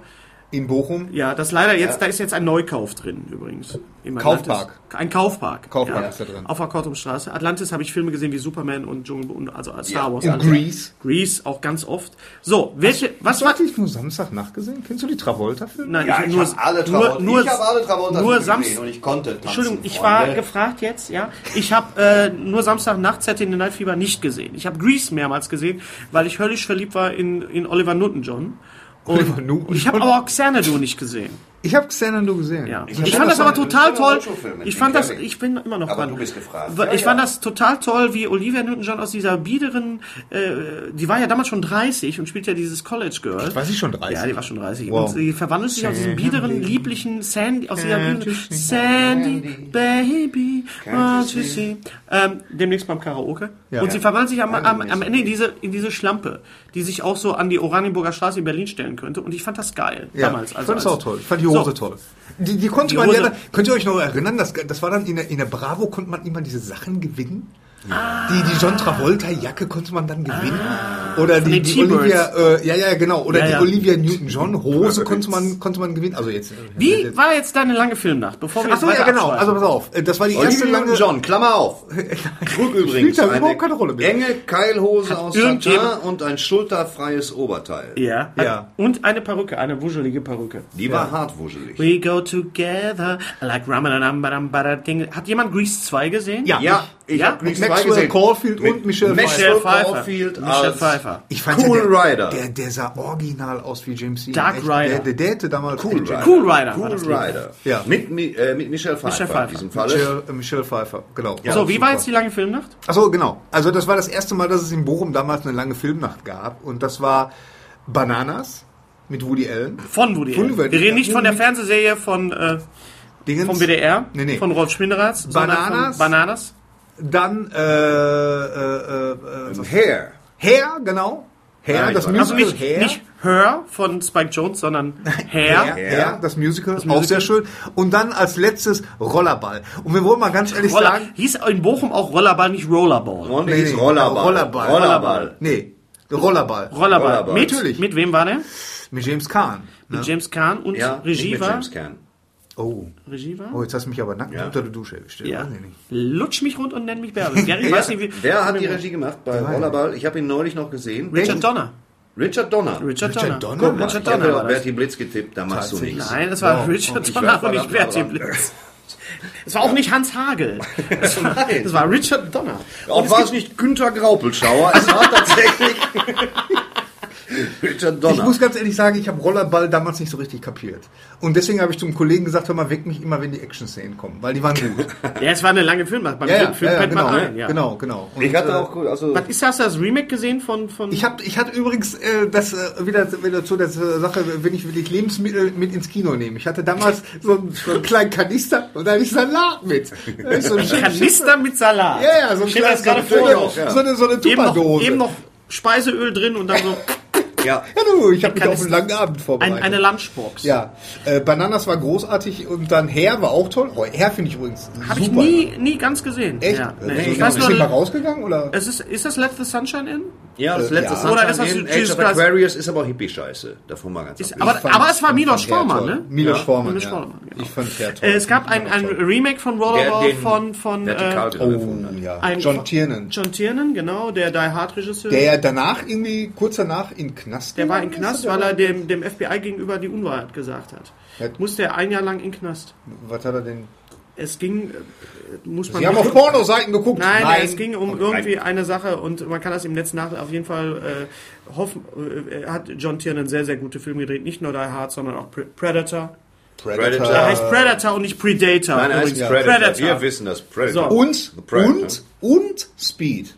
S7: in Bochum.
S2: das leider jetzt, da ist jetzt ein Neukauf drin übrigens. Im Atlantis.
S7: Kaufpark.
S2: Ein Kaufpark.
S7: Kaufpark ist da drin.
S2: Auf der Kortumstraße. Atlantis habe ich Filme gesehen wie Superman und Dschungel und also Star Wars.
S7: Und
S2: alles.
S7: Grease.
S2: Grease auch ganz oft. So, welche, was war
S7: Hast du nur Samstagnacht gesehen? Kennst du die Travolta-Filme?
S2: Nein,
S11: Ja,
S2: ich,
S11: ich
S2: nur,
S11: hab alle
S2: nur,
S11: Travolta.
S2: nur,
S11: ich habe alle Travolta
S2: nur
S11: gesehen
S2: Samstag.
S11: und ich konnte tanzen,
S2: Entschuldigung, ich war
S11: Freunde.
S2: gefragt jetzt, ja. Ich habe äh, nur Samstagnacht Saturday Night Fever nicht gesehen. Ich habe Grease mehrmals gesehen, weil ich höllisch verliebt war in, in Oliver Nuttenjohn. Und,
S7: Oliver Newton-John?
S2: und ich habe aber auch Xanadu nicht gesehen.
S7: Ich habe Xanadu gesehen.
S2: Ja. Hm. Ich,
S11: hab
S2: fand das
S11: das
S2: aber
S11: schon-
S2: total
S11: das ist
S2: toll.
S11: ein Roadshow-Film mit
S2: Ich
S11: Jim
S2: fand das,
S11: Carrey.
S2: ich bin immer noch
S11: Aber
S2: dran.
S11: du bist gefragt.
S2: Weil
S11: Ja,
S2: Ich
S11: ja.
S2: fand das total toll, wie Olivia Newton-John aus dieser biederen, äh, die war ja damals schon 30 und spielt ja dieses College Girl.
S7: Weiß ich schon 30.
S2: Ja, die war schon 30.
S7: Wow.
S2: Und sie verwandelt sich aus diesem biederen, lieblichen Sandy, aus dieser
S7: Can't you
S2: biederen
S7: see?
S2: Sandy, Baby, can't you see? Ähm, demnächst beim Karaoke. Und sie verwandelt sich am, am, am Ende in diese, in diese Schlampe, die sich auch so an die Oranienburger Straße in Berlin stellen könnte. Und ich fand das geil.
S7: Ja,
S2: damals.
S7: ich fand es auch toll. Ich fand die Hose toll. Die, die konnte
S2: Die
S7: man
S2: Hose-
S7: ja, dann- könnt ihr euch noch erinnern, das, das war dann in der, in der Bravo, konnte man immer diese Sachen gewinnen?
S2: Ah.
S7: Die, die John Travolta Jacke konnte man dann gewinnen. Oder die,
S2: den
S7: die
S2: T-Birds.
S7: Olivia, äh, ja, ja, genau. Oder
S2: Ja,
S7: die
S2: ja.
S7: Olivia Newton-John Hose konnte man, konnte man gewinnen. Also jetzt.
S2: Wie war jetzt deine lange Filmnacht? Bevor wir jetzt
S7: Achso, ja,
S2: weiter
S7: genau.
S2: abschweifen?
S7: Also pass auf. äh, Das war die erste
S5: Olivia
S7: lange.
S5: John, Klammer auf. Trug übrigens
S7: Spielt da
S5: eine
S7: überhaupt keine Rolle mehr.
S5: enge Keilhose aus Satin
S2: irgendjemand-
S5: und ein schulterfreies Oberteil.
S2: ja,
S7: Ja.
S2: Und eine Perücke, eine wuschelige Perücke.
S5: Die war hartwuschelig.
S2: We go together like ramadam badam badam ding. Hat jemand Grease 2 gesehen?
S7: Ja.
S5: Ja, ich
S2: Ja?
S5: hab habe nichts
S7: Maxwell
S5: gesehen.
S7: Caulfield
S5: Mit
S7: und Michelle Pfeiffer.
S2: Michelle
S5: Michelle
S2: Pfeiffer.
S5: Caulfield
S2: Michelle
S5: als
S2: Pfeiffer.
S7: Ich fand
S5: Cool
S7: ja, der,
S5: Rider.
S7: Der, der sah original aus wie James Dean.
S2: Dark
S7: Echt,
S2: Rider.
S7: Der, der, der hätte damals
S5: Cool Rider.
S2: Cool Rider war
S5: Cool
S2: das Lied.
S5: Rider.
S7: Ja.
S5: Mit, Mi- äh, mit Michelle Pfeiffer,
S2: Pfeiffer.
S5: in diesem Falle.
S7: Michelle, äh, Michelle Pfeiffer, genau.
S2: So, wie war
S7: super.
S2: jetzt die lange Filmnacht?
S7: Ach so, genau. Also das war das erste Mal, dass es in Bochum damals eine lange Filmnacht gab. Und das war Bananas mit Woody Allen.
S2: Von Woody
S7: Von
S2: Allen.
S7: Woody
S2: Wir reden nicht
S7: Allen.
S2: von der Fernsehserie von, äh,
S7: Dingens.
S2: vom WDR,
S7: Nee, nee.
S2: von Rolf Schminderatz, sondern
S7: Bananas.
S2: von Bananas.
S7: Dann äh, äh, äh, äh,
S5: Hair.
S7: Hair, genau. Hair, das
S2: Also
S7: Musical
S2: nicht,
S7: Hair.
S2: nicht Her von Spike Jones, <laughs> sondern
S7: Hair,
S2: Hair.
S7: Hair, das Musical, auch sehr schön. Und dann als letztes Rollerball. Und wir wollen mal ganz ehrlich
S2: Roller,
S7: sagen,
S2: hieß in Bochum auch Rollerball, nicht Rollerball.
S5: Und nee, ist
S7: nee,
S5: Rollerball.
S7: Rollerball.
S5: Rollerball.
S7: nee, Rollerball
S2: Rollerball.
S5: Rollerball.
S2: Mit,
S7: Natürlich.
S2: mit wem war der?
S7: mit James Caan.
S2: Mit James Kahn und
S5: Ja, nicht
S2: Regie
S5: mit
S2: war.
S5: James Caan.
S7: Oh,
S2: Regie war?
S7: oh, jetzt hast du mich aber nackt
S5: Ja.
S7: unter der Dusche erwischt. Das
S2: Ja.
S7: weiß ich nicht.
S2: Lutsch mich rund und nenn mich Bärbel.
S7: <laughs>
S2: Gary weiß nicht, wie.
S5: Wer hat die Regie gemacht bei Rollerball? Ich habe ihn neulich noch gesehen.
S2: Richard Donner.
S5: Richard Donner.
S2: Richard,
S7: Richard
S2: Donner.
S7: Donner?
S5: Guck mal,
S2: Richard
S5: ich habe
S2: Donner
S5: ja
S2: war
S5: auf
S2: das.
S5: Bertie Blitz getippt, da machst du nichts.
S2: Nein, das
S7: Oh,
S2: war
S5: ich
S2: Richard
S5: war
S2: Donner und nicht
S5: verdammt
S2: Bertie
S5: nah dran.
S2: Blitz. Es war auch nicht Hans Hagel. Das war,
S5: <laughs> Nein.
S2: das war Richard Donner.
S5: Auch war es nicht Günther Graupelschauer, es war tatsächlich <laughs> Richard
S7: Ich
S5: Donner.
S7: muss ganz ehrlich sagen, ich habe Rollerball damals nicht so richtig kapiert. Und deswegen habe ich zum Kollegen gesagt, hör mal, weck mich immer, wenn die Action-Szenen kommen, weil die waren gut.
S2: Ja, es war eine lange Filmmacht. Beim dritten Film fällt
S7: genau,
S2: man ein. Ja.
S7: genau, genau. Und,
S5: Ich hatte
S7: äh,
S5: auch gut, also
S2: Was ist das, das Remake gesehen von. von
S7: Ich habe ich hatte übrigens äh, das äh, wieder, wieder zu der Sache, wenn ich wirklich Lebensmittel mit ins Kino nehme. Ich hatte damals so einen, so einen kleinen Kanister und da hatte ich Salat mit. Da hatte ich So einen schönen-
S2: Kanister mit Salat.
S7: Ja, ja, so einen
S2: Steht das
S7: kleinen-
S2: gerade
S7: so
S2: vor
S7: eine-
S2: mir auch.
S7: So eine, so eine
S2: Eben noch,
S7: Tupperdose.
S2: eben noch Speiseöl drin und dann
S7: <laughs>
S2: so
S5: ja,
S7: Ja, du, ich habe mich auf
S2: Kanister.
S7: einen langen Abend
S2: ein,
S7: vorbereitet.
S2: eine Lunchbox.
S7: ja, äh, Bananas war großartig und dann Herr war auch toll. Oh, Herr finde ich übrigens
S2: Habe ich
S7: super.
S2: nie, nie ganz gesehen.
S7: Echt?
S2: Ja.
S7: Äh,
S2: Nee,
S7: ist
S2: ich
S7: das
S2: weiß
S7: ein bisschen mal
S2: nur,
S7: rausgegangen oder?
S2: es ist, ist das Let the Sunshine in?
S5: Äh, ja, das letzte
S7: ja.
S5: Sunshine
S2: Oder das, was
S5: in
S2: du-
S5: Age
S2: Jesus
S5: of
S2: Christ-
S5: Aquarius ist aber Hippie-Scheiße, davon mal ganz
S2: Ist,
S5: abgesehen.
S2: aber,
S7: fand-
S2: aber es war
S7: ich
S2: Milos
S7: fand Herr
S2: Forman,
S7: toll.
S2: ne?
S7: Milos Forman,
S2: Milos
S7: ja.
S2: Forman, genau.
S7: Ich fand Herr toll.
S2: Äh, Es gab ein, ein Remake von Rollerball von, von
S5: vertikal
S2: äh,
S5: drin
S7: Oh,
S5: gefunden hat.
S7: ja.
S2: ein-
S7: John Tiernan.
S2: John Tiernan, genau, der Die Hard Regisseur.
S7: Der ja danach irgendwie, kurz danach in Knast
S2: Der war in
S7: gegangen ist,
S2: Knast,
S7: oder?
S2: weil er dem, dem FBI gegenüber die Unwahrheit gesagt hat.
S7: Ja.
S2: Musste er ein Jahr lang in Knast.
S7: Was hat er denn?
S2: Es ging, äh, muss man.
S7: Sie haben auf Pornoseiten geguckt.
S2: Nein, es ging um irgendwie eine Sache und man kann das im letzten Nachhinein auf jeden Fall äh, hoffen. Äh, hat John Tiernan sehr, sehr gute Filme gedreht. Nicht nur Die Hard, sondern auch Pre- Predator.
S5: Predator.
S2: Er heißt Predator und nicht Predator.
S5: Nein, er heißt
S2: übrigens.
S5: Predator. Wir wissen das. Predator.
S2: So.
S7: Und,
S5: The Predator.
S7: und, und Speed.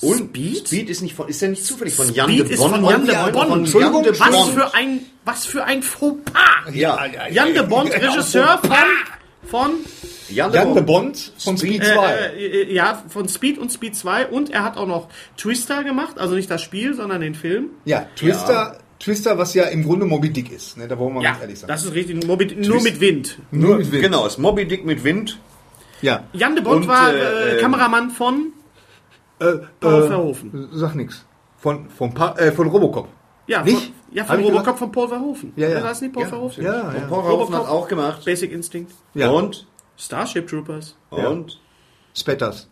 S5: Und
S2: Speed?
S5: Speed ist nicht von, ist der nicht zufällig von Jan
S2: Speed
S5: de
S2: ist
S5: Bonn?
S2: von Jan de
S5: Ja,
S2: Bonn.
S5: von
S7: Entschuldigung,
S5: Jan de
S2: Was
S5: Bonn.
S2: für ein, was für ein Fauxpas!
S5: Ja,
S2: Jan de Bond, Regisseur von, von
S5: Jan
S7: Jan de Bond von Speed 2.
S2: Äh, äh, ja, von Speed und Speed 2 und er hat auch noch Twister gemacht, also nicht das Spiel, sondern den Film.
S7: ja, Twister, Twister, was ja im Grunde Moby Dick ist. Ne? Da wollen wir
S2: Ja,
S7: ganz ehrlich sein.
S2: das ist richtig, nur mit, nur mit Wind.
S7: Nur mit Wind.
S5: Genau, ist Moby Dick mit Wind.
S7: Ja.
S2: Jan de Bond
S5: Und,
S2: war
S5: äh,
S2: äh,
S5: äh,
S2: Kameramann von
S7: Äh,
S2: Paul
S7: äh,
S2: Verhoeven.
S7: Sag nix. Von, von, pa äh, von Robocop.
S2: ja,
S7: nicht?
S2: Von, ja,
S7: Hab
S2: von
S7: ich
S2: Robocop
S7: gesagt?
S2: von Paul Verhoeven.
S7: Ja, ja.
S2: Oder war es nicht Paul Verhoeven?
S7: Ja,
S5: Und
S7: ja.
S5: Paul Raufen hat
S2: Robocop.
S5: auch gemacht.
S2: Basic Instinct.
S7: ja.
S5: Und?
S2: Starship Troopers.
S5: Und?
S7: Spetters.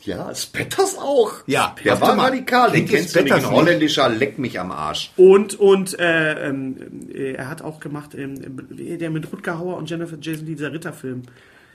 S5: Ja, Spetters auch.
S7: Ja.
S5: Der
S7: Warte
S5: war
S7: mal.
S5: radikal. Den
S7: Klingt jetzt
S5: kennst du nicht.
S7: Spetters
S5: Ein
S7: nicht.
S5: holländischer Leck mich am Arsch.
S2: Und, und äh, ähm, äh, er hat auch gemacht, ähm, äh, der mit Rutger Hauer und Jennifer Jason Lee, dieser Ritterfilm.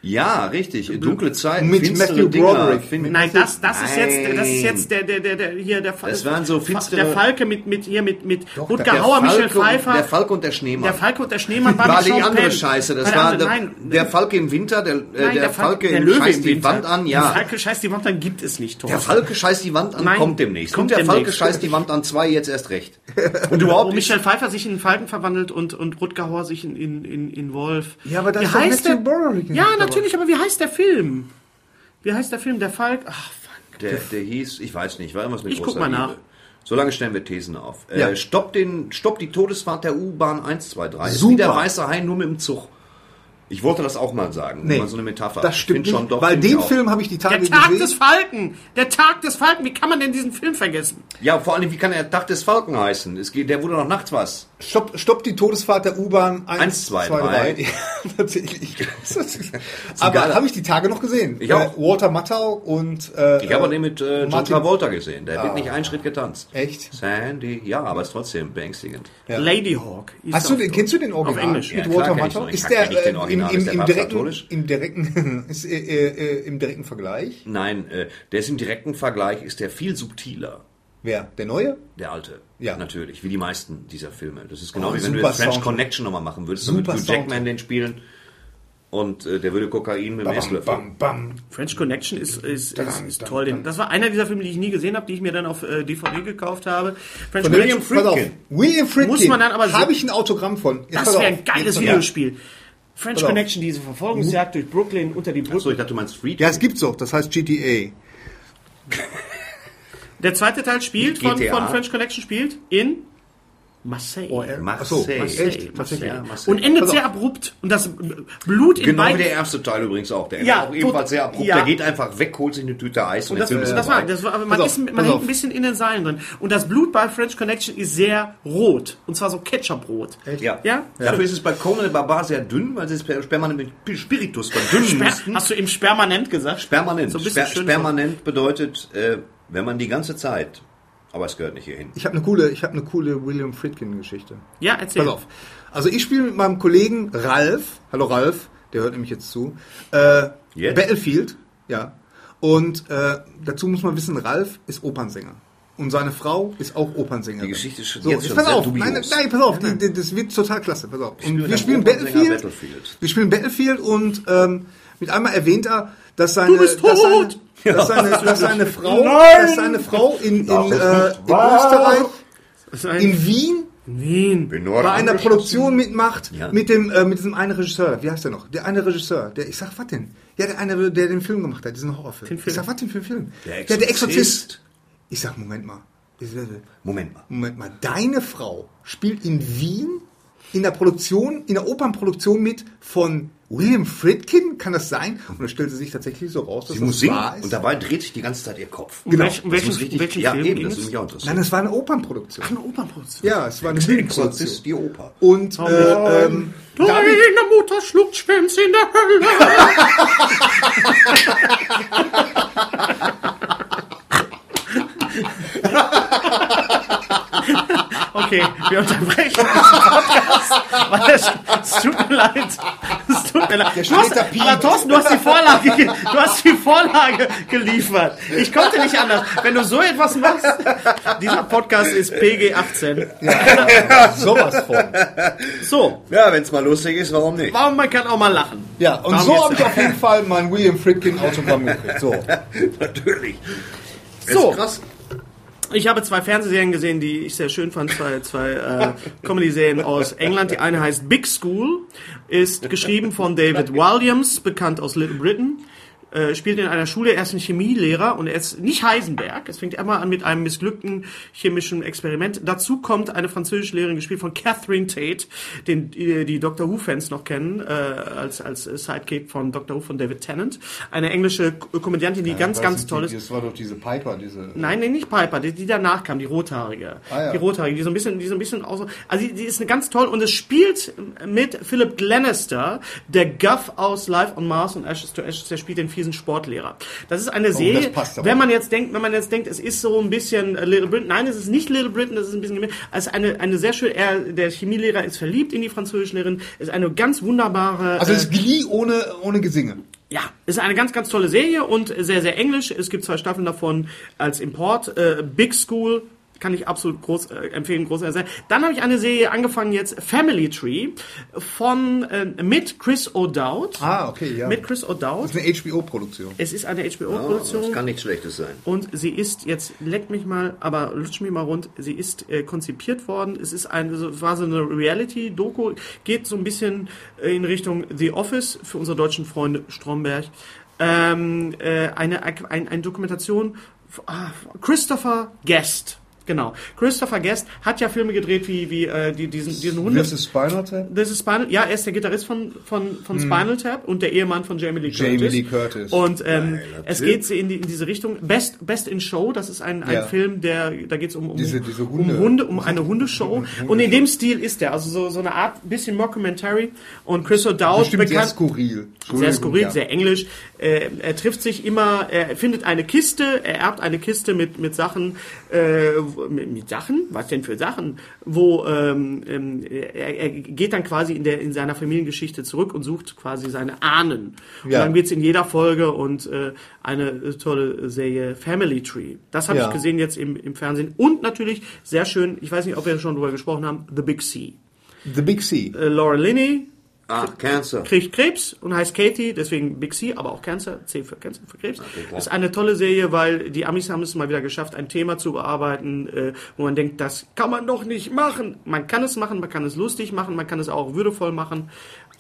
S5: Ja, richtig. Dunkle Zeiten.
S7: Mit
S5: finstere
S7: Matthew
S5: Dinger.
S7: Broderick.
S5: Fin-
S2: Nein, das, das ist jetzt, das
S5: Nein.
S2: ist jetzt der, der, der, der hier der Falke.
S5: Das waren so finstere-
S2: Der Falke mit, mit hier mit mit
S5: Der
S2: Rutger Hauer, Michel
S5: Falke und-
S2: Pfeiffer.
S5: Der Falke und der Schneemann.
S2: Der Falke und der Schneemann waren
S5: <laughs> war
S2: mit
S5: die
S2: Sean
S5: andere
S2: Penn.
S5: Scheiße. Das
S2: Keine
S5: war
S2: andere,
S5: der,
S2: nein,
S5: der Falke im Winter, der, äh,
S2: nein,
S5: der, Falke
S2: der
S5: im
S2: Löwe
S5: scheißt
S2: im
S5: die
S2: Winter.
S5: Wand an. Ja,
S2: Der Falke scheißt die Wand an, gibt es nicht.
S5: Der
S2: Thorsten.
S5: Falke scheißt die Wand an,
S2: Nein,
S5: kommt demnächst.
S2: kommt
S5: und der Falke
S2: demnächst. Um
S5: scheißt die Wand an zwei jetzt
S2: <laughs>
S5: erst recht. Und überhaupt
S2: Wo
S5: nicht.
S2: Michel Pfeiffer sich in einen Falken verwandelt und, und Rutger Hauer sich in, in, in, in Wolf.
S7: Ja, aber da
S2: wie
S7: ist doch
S2: heißt
S7: Matthew
S2: der?
S7: Broderick
S2: Ja,
S7: dabei.
S2: natürlich, aber wie heißt der Film? Wie heißt der Film? Der Falk. Ach, fuck.
S5: Der, der hieß, ich weiß nicht, war irgendwas mit
S2: Ich guck
S5: großer
S2: mal
S5: Liebe.
S2: nach.
S5: So lange stellen wir Thesen auf. Äh,
S7: Ja.
S5: stopp, den, stopp die Todesfahrt der U-Bahn 123. Ist
S7: Super.
S5: Wie der Weiße Hai nur mit dem Zug. Ich wollte das auch mal sagen.
S7: Nee.
S5: Mal so eine Metapher.
S7: Das
S5: Ich
S7: stimmt
S5: find
S7: nicht,
S5: schon, doch,
S7: weil
S5: find ich
S7: Ah, den
S5: auch.
S7: Film habe ich die Tage
S2: Der Tag
S7: gesehen.
S2: des Falken! Der Tag des Falken! Wie kann man denn diesen Film vergessen?
S5: Ja, vor allem, wie kann er Tag des Falken heißen? Es geht, der wurde noch nachts was.
S7: Stopp, stopp die Todesfahrt der U-Bahn 1,
S5: Eins,
S7: 2,
S5: zwei,
S7: 3.
S5: drei.
S7: <laughs> Ja, tatsächlich. Aber
S5: geiler-
S7: habe ich die Tage noch gesehen.
S5: Ich auch.
S7: Äh, Walter Matthau und... Äh,
S5: Ich habe den mit äh, John
S7: Martin- Ah.
S5: Travolta gesehen. Der wird nicht einen Schritt getanzt.
S7: Echt?
S5: Sandy, ja, aber ist trotzdem beängstigend.
S2: Lady Hawk. hieß
S7: äh, Hast du
S2: auf
S7: den,
S2: Deutsch.
S7: kennst du den Original?
S2: Auf Englisch.
S7: Mit
S5: Ja,
S7: Walter
S5: klar kenn ich
S7: Matthau?
S5: den.
S7: Ist
S5: Kann
S7: der,
S5: ich den
S7: äh, im,
S5: Original?
S7: im,
S5: Ist der
S7: im,
S5: Papst
S7: direkten,
S5: katholisch?
S7: im direkten, <laughs> ist, äh, äh, im direkten Vergleich?
S5: Nein, äh, der ist im direkten Vergleich, ist der viel subtiler.
S7: Wer? Der Neue?
S5: Der alte.
S7: Ja.
S5: Natürlich, wie die meisten dieser Filme. Das ist genau
S7: Oh,
S5: wie wenn du
S7: super
S5: jetzt French
S7: Sound.
S5: Connection nochmal machen würdest,
S7: Super
S5: dann würde Hugh
S7: Sound.
S5: Jackman den spielen und äh, der würde Kokain mit dem
S7: Bam,
S5: Esslöffel.
S7: bam, bam.
S2: French Connection ist, ist, ist, ist
S7: dann,
S2: toll. Den- Das war einer dieser Filme, die ich nie gesehen habe, die ich mir dann auf äh, DVD gekauft habe. French
S7: Von
S2: Connection,
S7: William Friedkin. William Friedkin.
S2: Muss man dann aber so-
S7: Habe ich ein Autogramm von. Jetzt
S2: Das
S7: pass
S2: wäre
S7: auf.
S2: ein
S7: Jetzt
S2: geiles
S7: pass auf.
S2: Videospiel. French
S7: Pass auf. Mhm.
S2: Connection, diese Verfolgungsjagd durch Brooklyn unter die
S5: Achso,
S2: Brücke.
S5: ich dachte, du meinst Street.
S7: Ja, es gibt's auch. Das heißt GTA.
S2: Der zweite Teil spielt, von,
S5: GTA.
S2: von French Connection spielt, in Marseille.
S7: Achso,
S5: Marseille.
S7: echt? Tatsächlich.
S5: Ja, Marseille.
S2: Und endet sehr abrupt. Und das Blut in
S5: Genau wie
S2: beiden...
S5: der erste Teil übrigens auch. Der
S2: Ja,
S5: ja, auch ebenfalls
S2: tot-
S5: sehr abrupt.
S2: ja.
S5: Der geht einfach weg, holt sich eine Tüte Eis und,
S2: Und das,
S5: der Film ist
S2: das war,
S5: vorbei.
S2: das war, aber man,
S7: Pass auf,
S2: ist, man
S7: pass
S2: hängt
S7: auf.
S2: ein bisschen in den Seilen drin. Und das Blut bei French Connection ist sehr rot. Und zwar so Ketchup-rot.
S5: Ja.
S2: Ja?
S5: Dafür ist es bei Conan der Barbar sehr dünn, weil sie es per- permanent mit Spiritus verdünnen
S2: Sper
S5: mussten.
S2: hast du eben permanent gesagt?
S5: Permanent.
S2: So ein bisschen
S5: Sper
S2: schön
S5: permanent bedeutet, äh, wenn man die ganze Zeit, aber es gehört nicht hierhin.
S7: Ich habe eine coole, ich habe eine coole William Friedkin-Geschichte.
S2: Ja, erzähl.
S7: Pass auf. Also ich spiele mit meinem Kollegen Ralf. Hallo Ralf, der hört nämlich jetzt zu. Äh,
S5: Jetzt?
S7: Battlefield, ja. Und äh, dazu muss man wissen, Ralf ist Opernsänger. Und seine Frau ist auch Opernsängerin.
S5: Die Geschichte ist schon
S7: so,
S5: jetzt
S7: jetzt
S5: schon
S7: pass
S5: sehr
S7: auf.
S5: dubios.
S7: Nein, nein, pass auf. Die, die, das wird total klasse. Pass auf.
S5: spiele
S7: Und wir
S5: mit
S7: spielen
S5: einem Opernsänger
S7: Battlefield.
S5: Battlefield.
S7: Wir spielen Battlefield und ähm, mit einmal erwähnt er, dass seine,
S2: bist
S7: dass seine,
S2: tot!
S7: <laughs> dass seine, dass seine Frau,
S2: Nein!
S7: dass seine Frau in, in, äh, in
S5: ist nicht
S7: Österreich,
S2: Rot.
S7: in Wien
S2: Wien.
S5: Bin nur
S7: bei einer
S5: angeschossen.
S7: Produktion mitmacht
S5: Ja.
S7: mit dem äh, mit diesem einen Regisseur. Wie heißt der noch? Der eine Regisseur, der ich sag was denn? Ja, der eine, der den Film gemacht hat, diesen Horrorfilm.
S2: Den Film.
S7: Ich sag was denn für ein Film?
S5: Der
S7: ja, der
S5: Exorzist.
S7: Exorzist. Ich sag Moment mal. Ich sag,
S5: Moment mal.
S7: Moment mal, deine Frau spielt in Wien in der Produktion, in der Opernproduktion mit von William Friedkin, kann das sein? Und da stellte sich tatsächlich so raus, dass
S5: Sie
S7: das
S5: muss singen
S7: wahr ist.
S5: und dabei dreht sich die ganze Zeit ihr Kopf.
S2: Um welch- um
S5: Das
S2: welchen-
S5: muss richtig,
S2: welchen
S5: ja,
S2: Film
S5: eben,
S2: ging
S5: das
S2: es?
S5: ist mich auch
S7: Nein,
S5: interessant.
S7: das war eine Opernproduktion.
S2: Eine Opernproduktion.
S7: Ja, es war eine Filmproduktion.
S5: Exorzist, die Oper.
S7: Und
S2: Oh,
S7: äh, ähm, dadurch,
S2: Deine Mutter schluckt Schwimms in der Hölle. Okay, wir unterbrechen diesen Podcast, weil es, es tut mir leid. Es tut mir leid. Du hast,
S7: Schnitter piept.
S2: aber Thorsten, du hast die Vorlage, ge- du hast die Vorlage geliefert. Ich konnte nicht anders. Wenn du so etwas machst, dieser Podcast ist PG18. <laughs>
S7: sowas von.
S2: So,
S5: Ja, wenn es mal lustig ist, warum nicht?
S2: warum man kann auch mal lachen.
S7: Ja, und
S2: Warum
S7: so
S2: jetzt?
S7: habe ich auf jeden Fall mein William Friedkin Autogramm
S2: <laughs>
S7: gekriegt. So.
S5: <laughs> Natürlich.
S2: So.
S5: Ist krass.
S2: Ich habe zwei Fernsehserien gesehen, die ich sehr schön fand. Zwei, zwei äh, Comedy-Serien aus England. Die eine heißt Big School, ist geschrieben von David Williams, bekannt aus Little Britain. Äh, spielt in einer Schule, er ist ein Chemielehrer und er ist nicht Heisenberg. Es fängt immer an mit einem missglückten chemischen Experiment. Dazu kommt eine französische Lehrerin, gespielt von Catherine Tate, den äh, die Doctor Who-Fans noch kennen, äh, als, als Sidekick von Doctor Who von David Tennant. Eine englische Ko- Komödiantin, die ganz, ganz toll ist.
S7: Das war doch diese Piper, diese.
S2: Nein, nee, nicht Piper, die, die danach kam, die rothaarige.
S7: Ah, ja.
S2: Die rothaarige, die so ein bisschen, die so ein bisschen aus. Also die, die ist eine ganz toll und es spielt mit Philip Glenister, der Guff aus Life on Mars und Ashes to Ashes, der spielt den fiesen Sportlehrer. Das ist eine Serie.
S7: Oh, das passt aber.
S2: wenn man jetzt denkt, wenn man jetzt denkt, es ist so ein bisschen äh, Little Britain, nein, es ist nicht Little Britain, das ist ein bisschen gemischt. Es ist eine eine sehr schön. Er, der Chemielehrer ist verliebt in die Französischlehrerin. Ist eine ganz wunderbare.
S7: Also
S2: äh,
S7: das ist Glee ohne, ohne Gesinge.
S2: ja, ist eine ganz, ganz tolle Serie und sehr, sehr englisch. Es gibt zwei Staffeln davon als Import. Äh, Big School kann ich absolut groß äh, empfehlen, großer Serie. Dann habe ich eine Serie angefangen jetzt, Family Tree, von äh, mit Chris O'Dowd.
S7: Ah, okay, ja.
S2: Mit Chris
S7: das ist
S2: O'Dowd.
S7: eine HBO-Produktion.
S2: Es ist eine
S5: Das
S2: HBO-Produktion.
S5: kann nichts Schlechtes sein.
S2: Und sie ist, jetzt leck mich mal, aber lutsch mich mal rund, sie ist äh, konzipiert worden. Es ist ein, so- war so eine Reality-Doku, geht so ein bisschen äh, in Richtung The Office für unsere deutschen Freunde Stromberg. Ähm, äh, eine, ein, eine Dokumentation f- ah, Christopher Guest. Genau. Christopher Guest hat ja Filme gedreht wie, wie äh, die, diesen, diesen Hunde.
S7: This is Spinal Tap? Hm.
S2: Das ist Spinal, ja, er ist der Gitarrist von, von, von Spinal Tap und der Ehemann von Jamie Lee Curtis.
S7: Jamie Lee Curtis.
S2: Und ähm,
S5: Geiler
S2: es
S5: Typ.
S2: geht so in, die, in diese Richtung. Best, Best in Show, das ist ein, ein
S7: Ja.
S2: Film, der, da geht es um, um,
S7: Diese- diese
S2: um
S7: Hunde.
S2: Hunde, um eine Hundeshow. Und in dem Stil ist der, also so, so eine Art bisschen Mockumentary. Und Chris O'Dowd,
S7: Bestimmt sehr
S2: bekannt,
S7: skurril.
S2: sehr
S7: Entschuldigung,
S2: skurril,
S7: ja.
S2: sehr englisch. Äh, er trifft sich immer, er findet eine Kiste, er erbt eine Kiste mit, mit Sachen, äh, wo- mit, mit Sachen? Was denn für Sachen? Wo ähm, ähm, er, er geht dann quasi in, der, in seiner Familiengeschichte zurück und sucht quasi seine Ahnen.
S7: Ja.
S2: Und dann geht's in jeder Folge und äh, eine tolle Serie Family Tree. Das habe
S7: Ja.
S2: ich gesehen jetzt im, im Fernsehen. Und natürlich sehr schön, ich weiß nicht, ob wir schon drüber gesprochen haben, The Big C.
S7: The Big C.
S2: Äh, Laura Linney,
S5: Ah, Cancer.
S2: kriegt Krebs und heißt Katie, deswegen Big C, aber auch Cancer, C für Cancer für Krebs. ist eine tolle Serie, weil die Amis haben es mal wieder geschafft, ein Thema zu bearbeiten, äh, wo man denkt, das kann man doch nicht machen. Man kann es machen, man kann es lustig machen, man kann es auch würdevoll machen.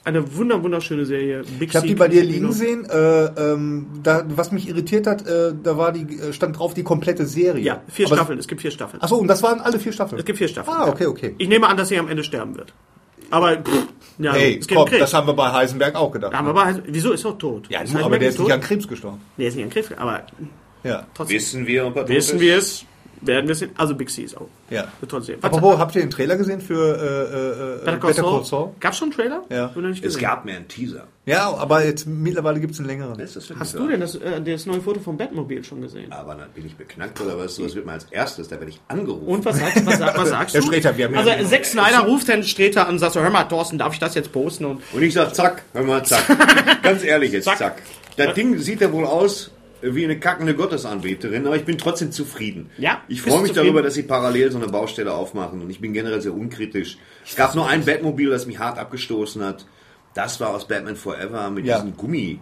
S2: eine wunder wunderschöne Serie. Big
S7: Ich habe die
S2: Sieg.
S7: bei dir liegen sehen. Äh, ähm, da, was mich irritiert hat, äh, da war die, äh, stand drauf die komplette Serie.
S2: Ja, vier
S7: Aber-
S2: Staffeln. Es gibt vier Staffeln.
S7: Achso, und das waren alle vier Staffeln.
S2: Es gibt vier Staffeln.
S7: Ah,
S2: ja.
S7: okay, okay.
S2: Ich nehme an, dass sie am Ende sterben wird. Aber pff, ja,
S7: Hey,
S2: es geht um
S7: komm,
S2: Krebs.
S7: das haben wir bei Heisenberg auch gedacht.
S2: Da haben wir aber, also, wieso ist er tot?
S7: ja,
S2: Ist
S7: nur,
S2: halt
S7: aber der ist
S2: tot?
S7: nicht an Krebs gestorben.
S2: Der ist nicht an Krebs, aber
S7: Ja.
S2: trotzdem.
S5: Wissen wir, ob er tot
S2: Wissen
S5: ist?
S2: wir es, werden wir es sehen. Also Big C ist auch.
S7: ja.
S2: Wird trotzdem.
S7: Apropos, habt ihr den Trailer gesehen für äh, äh, äh,
S2: Better Call Saul? Gab's schon einen Trailer?
S7: Ja.
S2: Hab ich noch nicht
S5: Es
S2: gesehen.
S5: gab mir einen Teaser.
S7: Ja, aber jetzt mittlerweile gibt es einen längeren.
S5: Das ist
S2: Hast du denn das, äh, das neue Foto vom Batmobil schon gesehen?
S5: Aber dann bin ich beknackt oder was? Das wird mir als erstes, da werde ich angerufen.
S2: Und was sagst, was, sag- was sagst du?
S7: Herr Sträter, wir haben-
S2: also Zack Snyder ruft Herrn Streter an und sagt so, hör mal, Thorsten, darf ich das jetzt posten? Und
S5: Und ich sag, zack, hör
S2: <laughs>
S5: mal, zack. Ganz ehrlich jetzt,
S2: Zack.
S5: zack. Das Ding sieht ja wohl aus wie eine kackende Gottesanbeterin, aber ich bin trotzdem zufrieden.
S2: Ja,
S5: ich
S2: bist
S5: freue mich
S2: zufrieden?
S5: darüber, dass sie parallel so eine Baustelle aufmachen und ich bin generell sehr unkritisch. Es gab nur ein Batmobil, das mich hart abgestoßen hat. Das war aus Batman Forever mit
S7: Ja.
S5: diesen Gummi.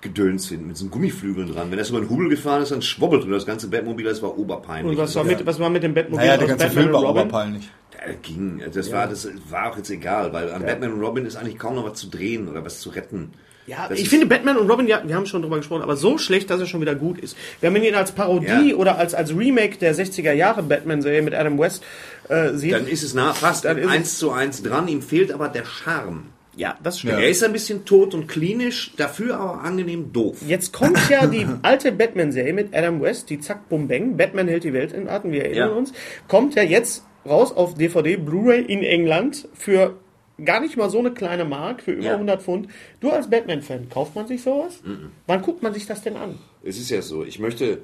S5: Gedöns hinten, mit diesen Gummiflügeln dran. Wenn das über den Hubel gefahren ist, dann schwobbelt und das ganze Batmobil, das war oberpeinlich.
S2: Und was war, mit, was war mit dem Batmobil
S7: Naja,
S2: aus
S7: der ganze
S2: Batman
S7: Film
S2: und
S7: war
S2: Robin?
S7: oberpeinlich.
S5: Ja, ging. Also Das, war, das war auch jetzt egal, weil an Batman und Robin ist eigentlich kaum noch was zu drehen oder was zu retten.
S2: Ja,
S5: Das
S2: ich
S5: ist-
S2: finde Batman und Robin, ja, wir haben schon drüber gesprochen, aber so schlecht, dass er schon wieder gut ist. Wenn man ihn als Parodie
S5: Ja.
S2: oder als, als Remake der 60er Jahre Batman-Serie mit Adam West äh, sieht,
S5: Dann ist es nah, fast
S2: Dann ist es-
S5: eins zu eins dran. Ihm fehlt aber der Charme.
S2: ja, das stimmt.
S5: Er ist ein bisschen tot und klinisch, dafür aber angenehm doof.
S2: Jetzt kommt ja
S5: <laughs>
S2: die alte Batman-Serie mit Adam West, die Zack Bum Bang, Batman hält die Welt in Atem, wir erinnern
S5: Ja.
S2: uns, kommt ja jetzt raus auf DVD, Blu-ray in England für gar nicht mal so eine kleine Mark, für über
S5: Ja.
S2: 100 Pfund. Du als Batman-Fan, kauft man sich sowas? Wann guckt man sich das denn an?
S5: Es ist ja so, ich möchte.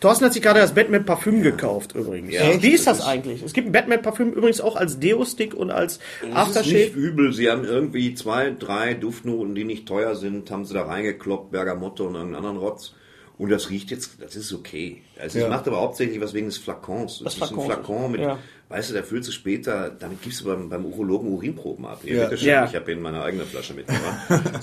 S2: Thorsten hat sich gerade das Batman Parfüm gekauft übrigens.
S5: Ja,
S2: Wie ist das
S5: das ist-
S2: eigentlich? Es gibt ein Batman Parfüm übrigens auch als Deo-Stick und als
S5: Es ist nicht
S2: Aftershave.
S5: übel, sie haben irgendwie zwei, drei Duftnoten, die nicht teuer sind, haben sie da reingekloppt, Bergamotte und irgendeinen anderen Rotz. Und das riecht jetzt, das ist okay. Also es macht aber hauptsächlich was wegen des Flakons. Das, ist ein
S2: Flakons.
S5: Flakon mit,
S2: Ja.
S5: weißt du, da füllst du später, damit gibst du beim, beim Urologen Urinproben ab. Hier,
S7: Ja.
S5: bitteschön,
S2: Ja.
S5: ich habe in meiner eigenen Flasche mitgebracht.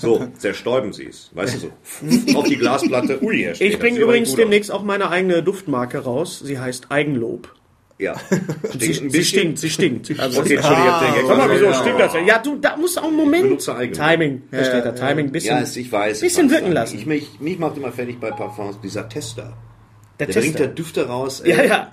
S2: <laughs>
S5: so, zerstäuben sie es. Weißt du so, auf die Glasplatte. Ui, Herr Steger,
S2: Ich bringe
S5: sieht aber
S2: übrigens
S5: gut aus.
S2: demnächst auch meine eigene Duftmarke raus. Sie heißt Eigenlob.
S5: Ja,
S2: <laughs> Sie,
S5: stinkt ein
S2: sie
S5: bisschen.
S2: stinkt, sie
S5: <laughs>
S2: stinkt. Also
S5: Okay, Entschuldigung, ich hab den Gag
S2: Sag mal, wieso
S5: versaut.
S2: stinkt das? denn? Ja, du, da musst auch einen Moment.
S5: benutze Eigenlob.
S2: Timing, da steht da. Timing, bisschen.
S5: Ja, es- ich weiß.
S2: Bisschen
S5: ich weiß
S2: wirken
S5: dann.
S2: lassen.
S5: Ich, mich, mich macht immer fertig bei Parfums dieser Tester.
S2: der
S5: Der
S2: Tester.
S5: bringt der Düfte raus. ey.
S2: ja, ja.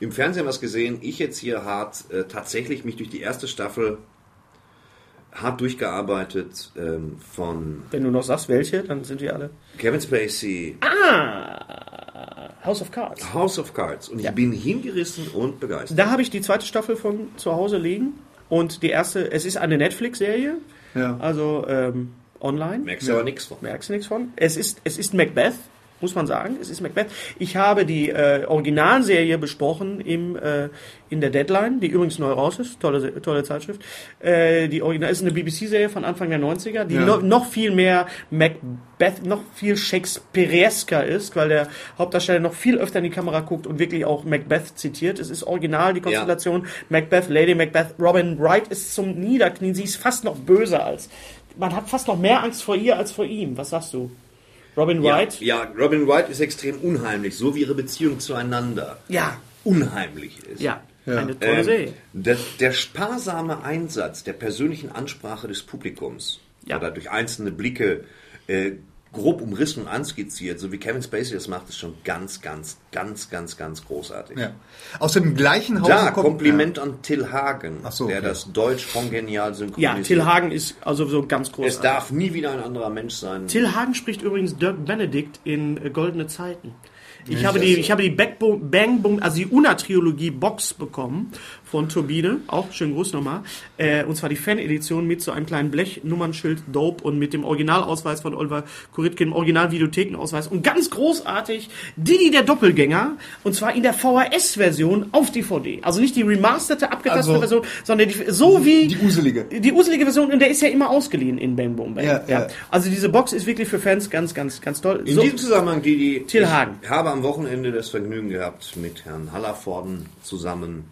S5: Im Fernsehen was gesehen. Ich jetzt hier hart äh, tatsächlich mich durch die erste Staffel hart durchgearbeitet ähm, von
S2: Wenn du noch sagst, welche, dann sind die alle.
S5: Kevin Spacey,
S2: Ah. House of Cards.
S5: House of Cards. Und ich bin hingerissen und begeistert.
S2: Da habe ich die zweite Staffel von zu Hause liegen und die erste, es ist eine Netflix-Serie,
S7: Ja.
S2: also ähm, online.
S5: Merkst du aber nichts von.
S2: Merkst du nichts von? Es ist, es ist Macbeth, muss man sagen. Es ist Macbeth. Ich habe die äh, Originalserie besprochen im, äh, in der Deadline, die übrigens neu raus ist. Tolle, Se- tolle Zeitschrift. Äh, die Original ist eine BBC-Serie von Anfang der 90er, die
S7: Ja.
S2: no, noch viel mehr Macbeth, noch viel Shakespearesker ist, weil der Hauptdarsteller noch viel öfter in die Kamera guckt und wirklich auch Macbeth zitiert. Es ist original, die Konstellation Macbeth, Lady Macbeth. Robin Wright ist zum Niederknien. Sie ist fast noch böser als. Man hat fast noch mehr Angst vor ihr als vor ihm. Was sagst du? Robin Wright.
S5: Ja, ja, Robin Wright ist extrem unheimlich, so wie ihre Beziehung zueinander
S2: Ja.
S5: unheimlich ist.
S2: Ja. Eine tolle
S5: Ähm,
S2: Serie.
S5: der, der sparsame Einsatz der persönlichen Ansprache des Publikums
S2: Ja.
S5: oder durch einzelne Blicke äh, grob umrissen und anskizziert, so wie Kevin Spacey das macht, ist schon ganz, ganz, ganz, ganz, ganz großartig.
S7: Ja. Aus dem gleichen Haus
S5: Da, Kompliment an Till Hagen,
S7: Ach so,
S5: der
S7: okay.
S5: das Deutsch von genial synchronisiert.
S2: Ja, Till Hagen ist also so ganz
S5: Es
S2: groß.
S5: darf nie wieder ein anderer Mensch sein.
S2: Till Hagen spricht übrigens Dirk Benedict in äh, Goldene Zeiten. Ich habe, die, ich habe die Backbo- Bang Boom, also die Una-Trilogie Box bekommen von Turbine, auch schönen Gruß nochmal. Äh, und zwar die Fan-Edition mit so einem kleinen Blechnummernnschild Dope und mit dem Originalausweis von Oliver Kuritkin, dem Original-Videothekenausweis. Und ganz großartig, Didi der Doppelgänger, und zwar in der VHS-Version auf DVD. Also nicht die remasterte,
S7: Also-
S2: abgetastete Version, sondern die, so wie
S7: Die uselige.
S2: die uselige Version, und der ist ja immer ausgeliehen in Bang Boom Bang.
S7: Ja, ja.
S2: Also diese Box ist wirklich für Fans ganz, ganz, ganz toll.
S5: In
S2: So,
S5: diesem Zusammenhang, Didi,
S2: Till Hagen.
S5: ich habe am Wochenende das Vergnügen gehabt, mit Herrn Hallervorden zusammen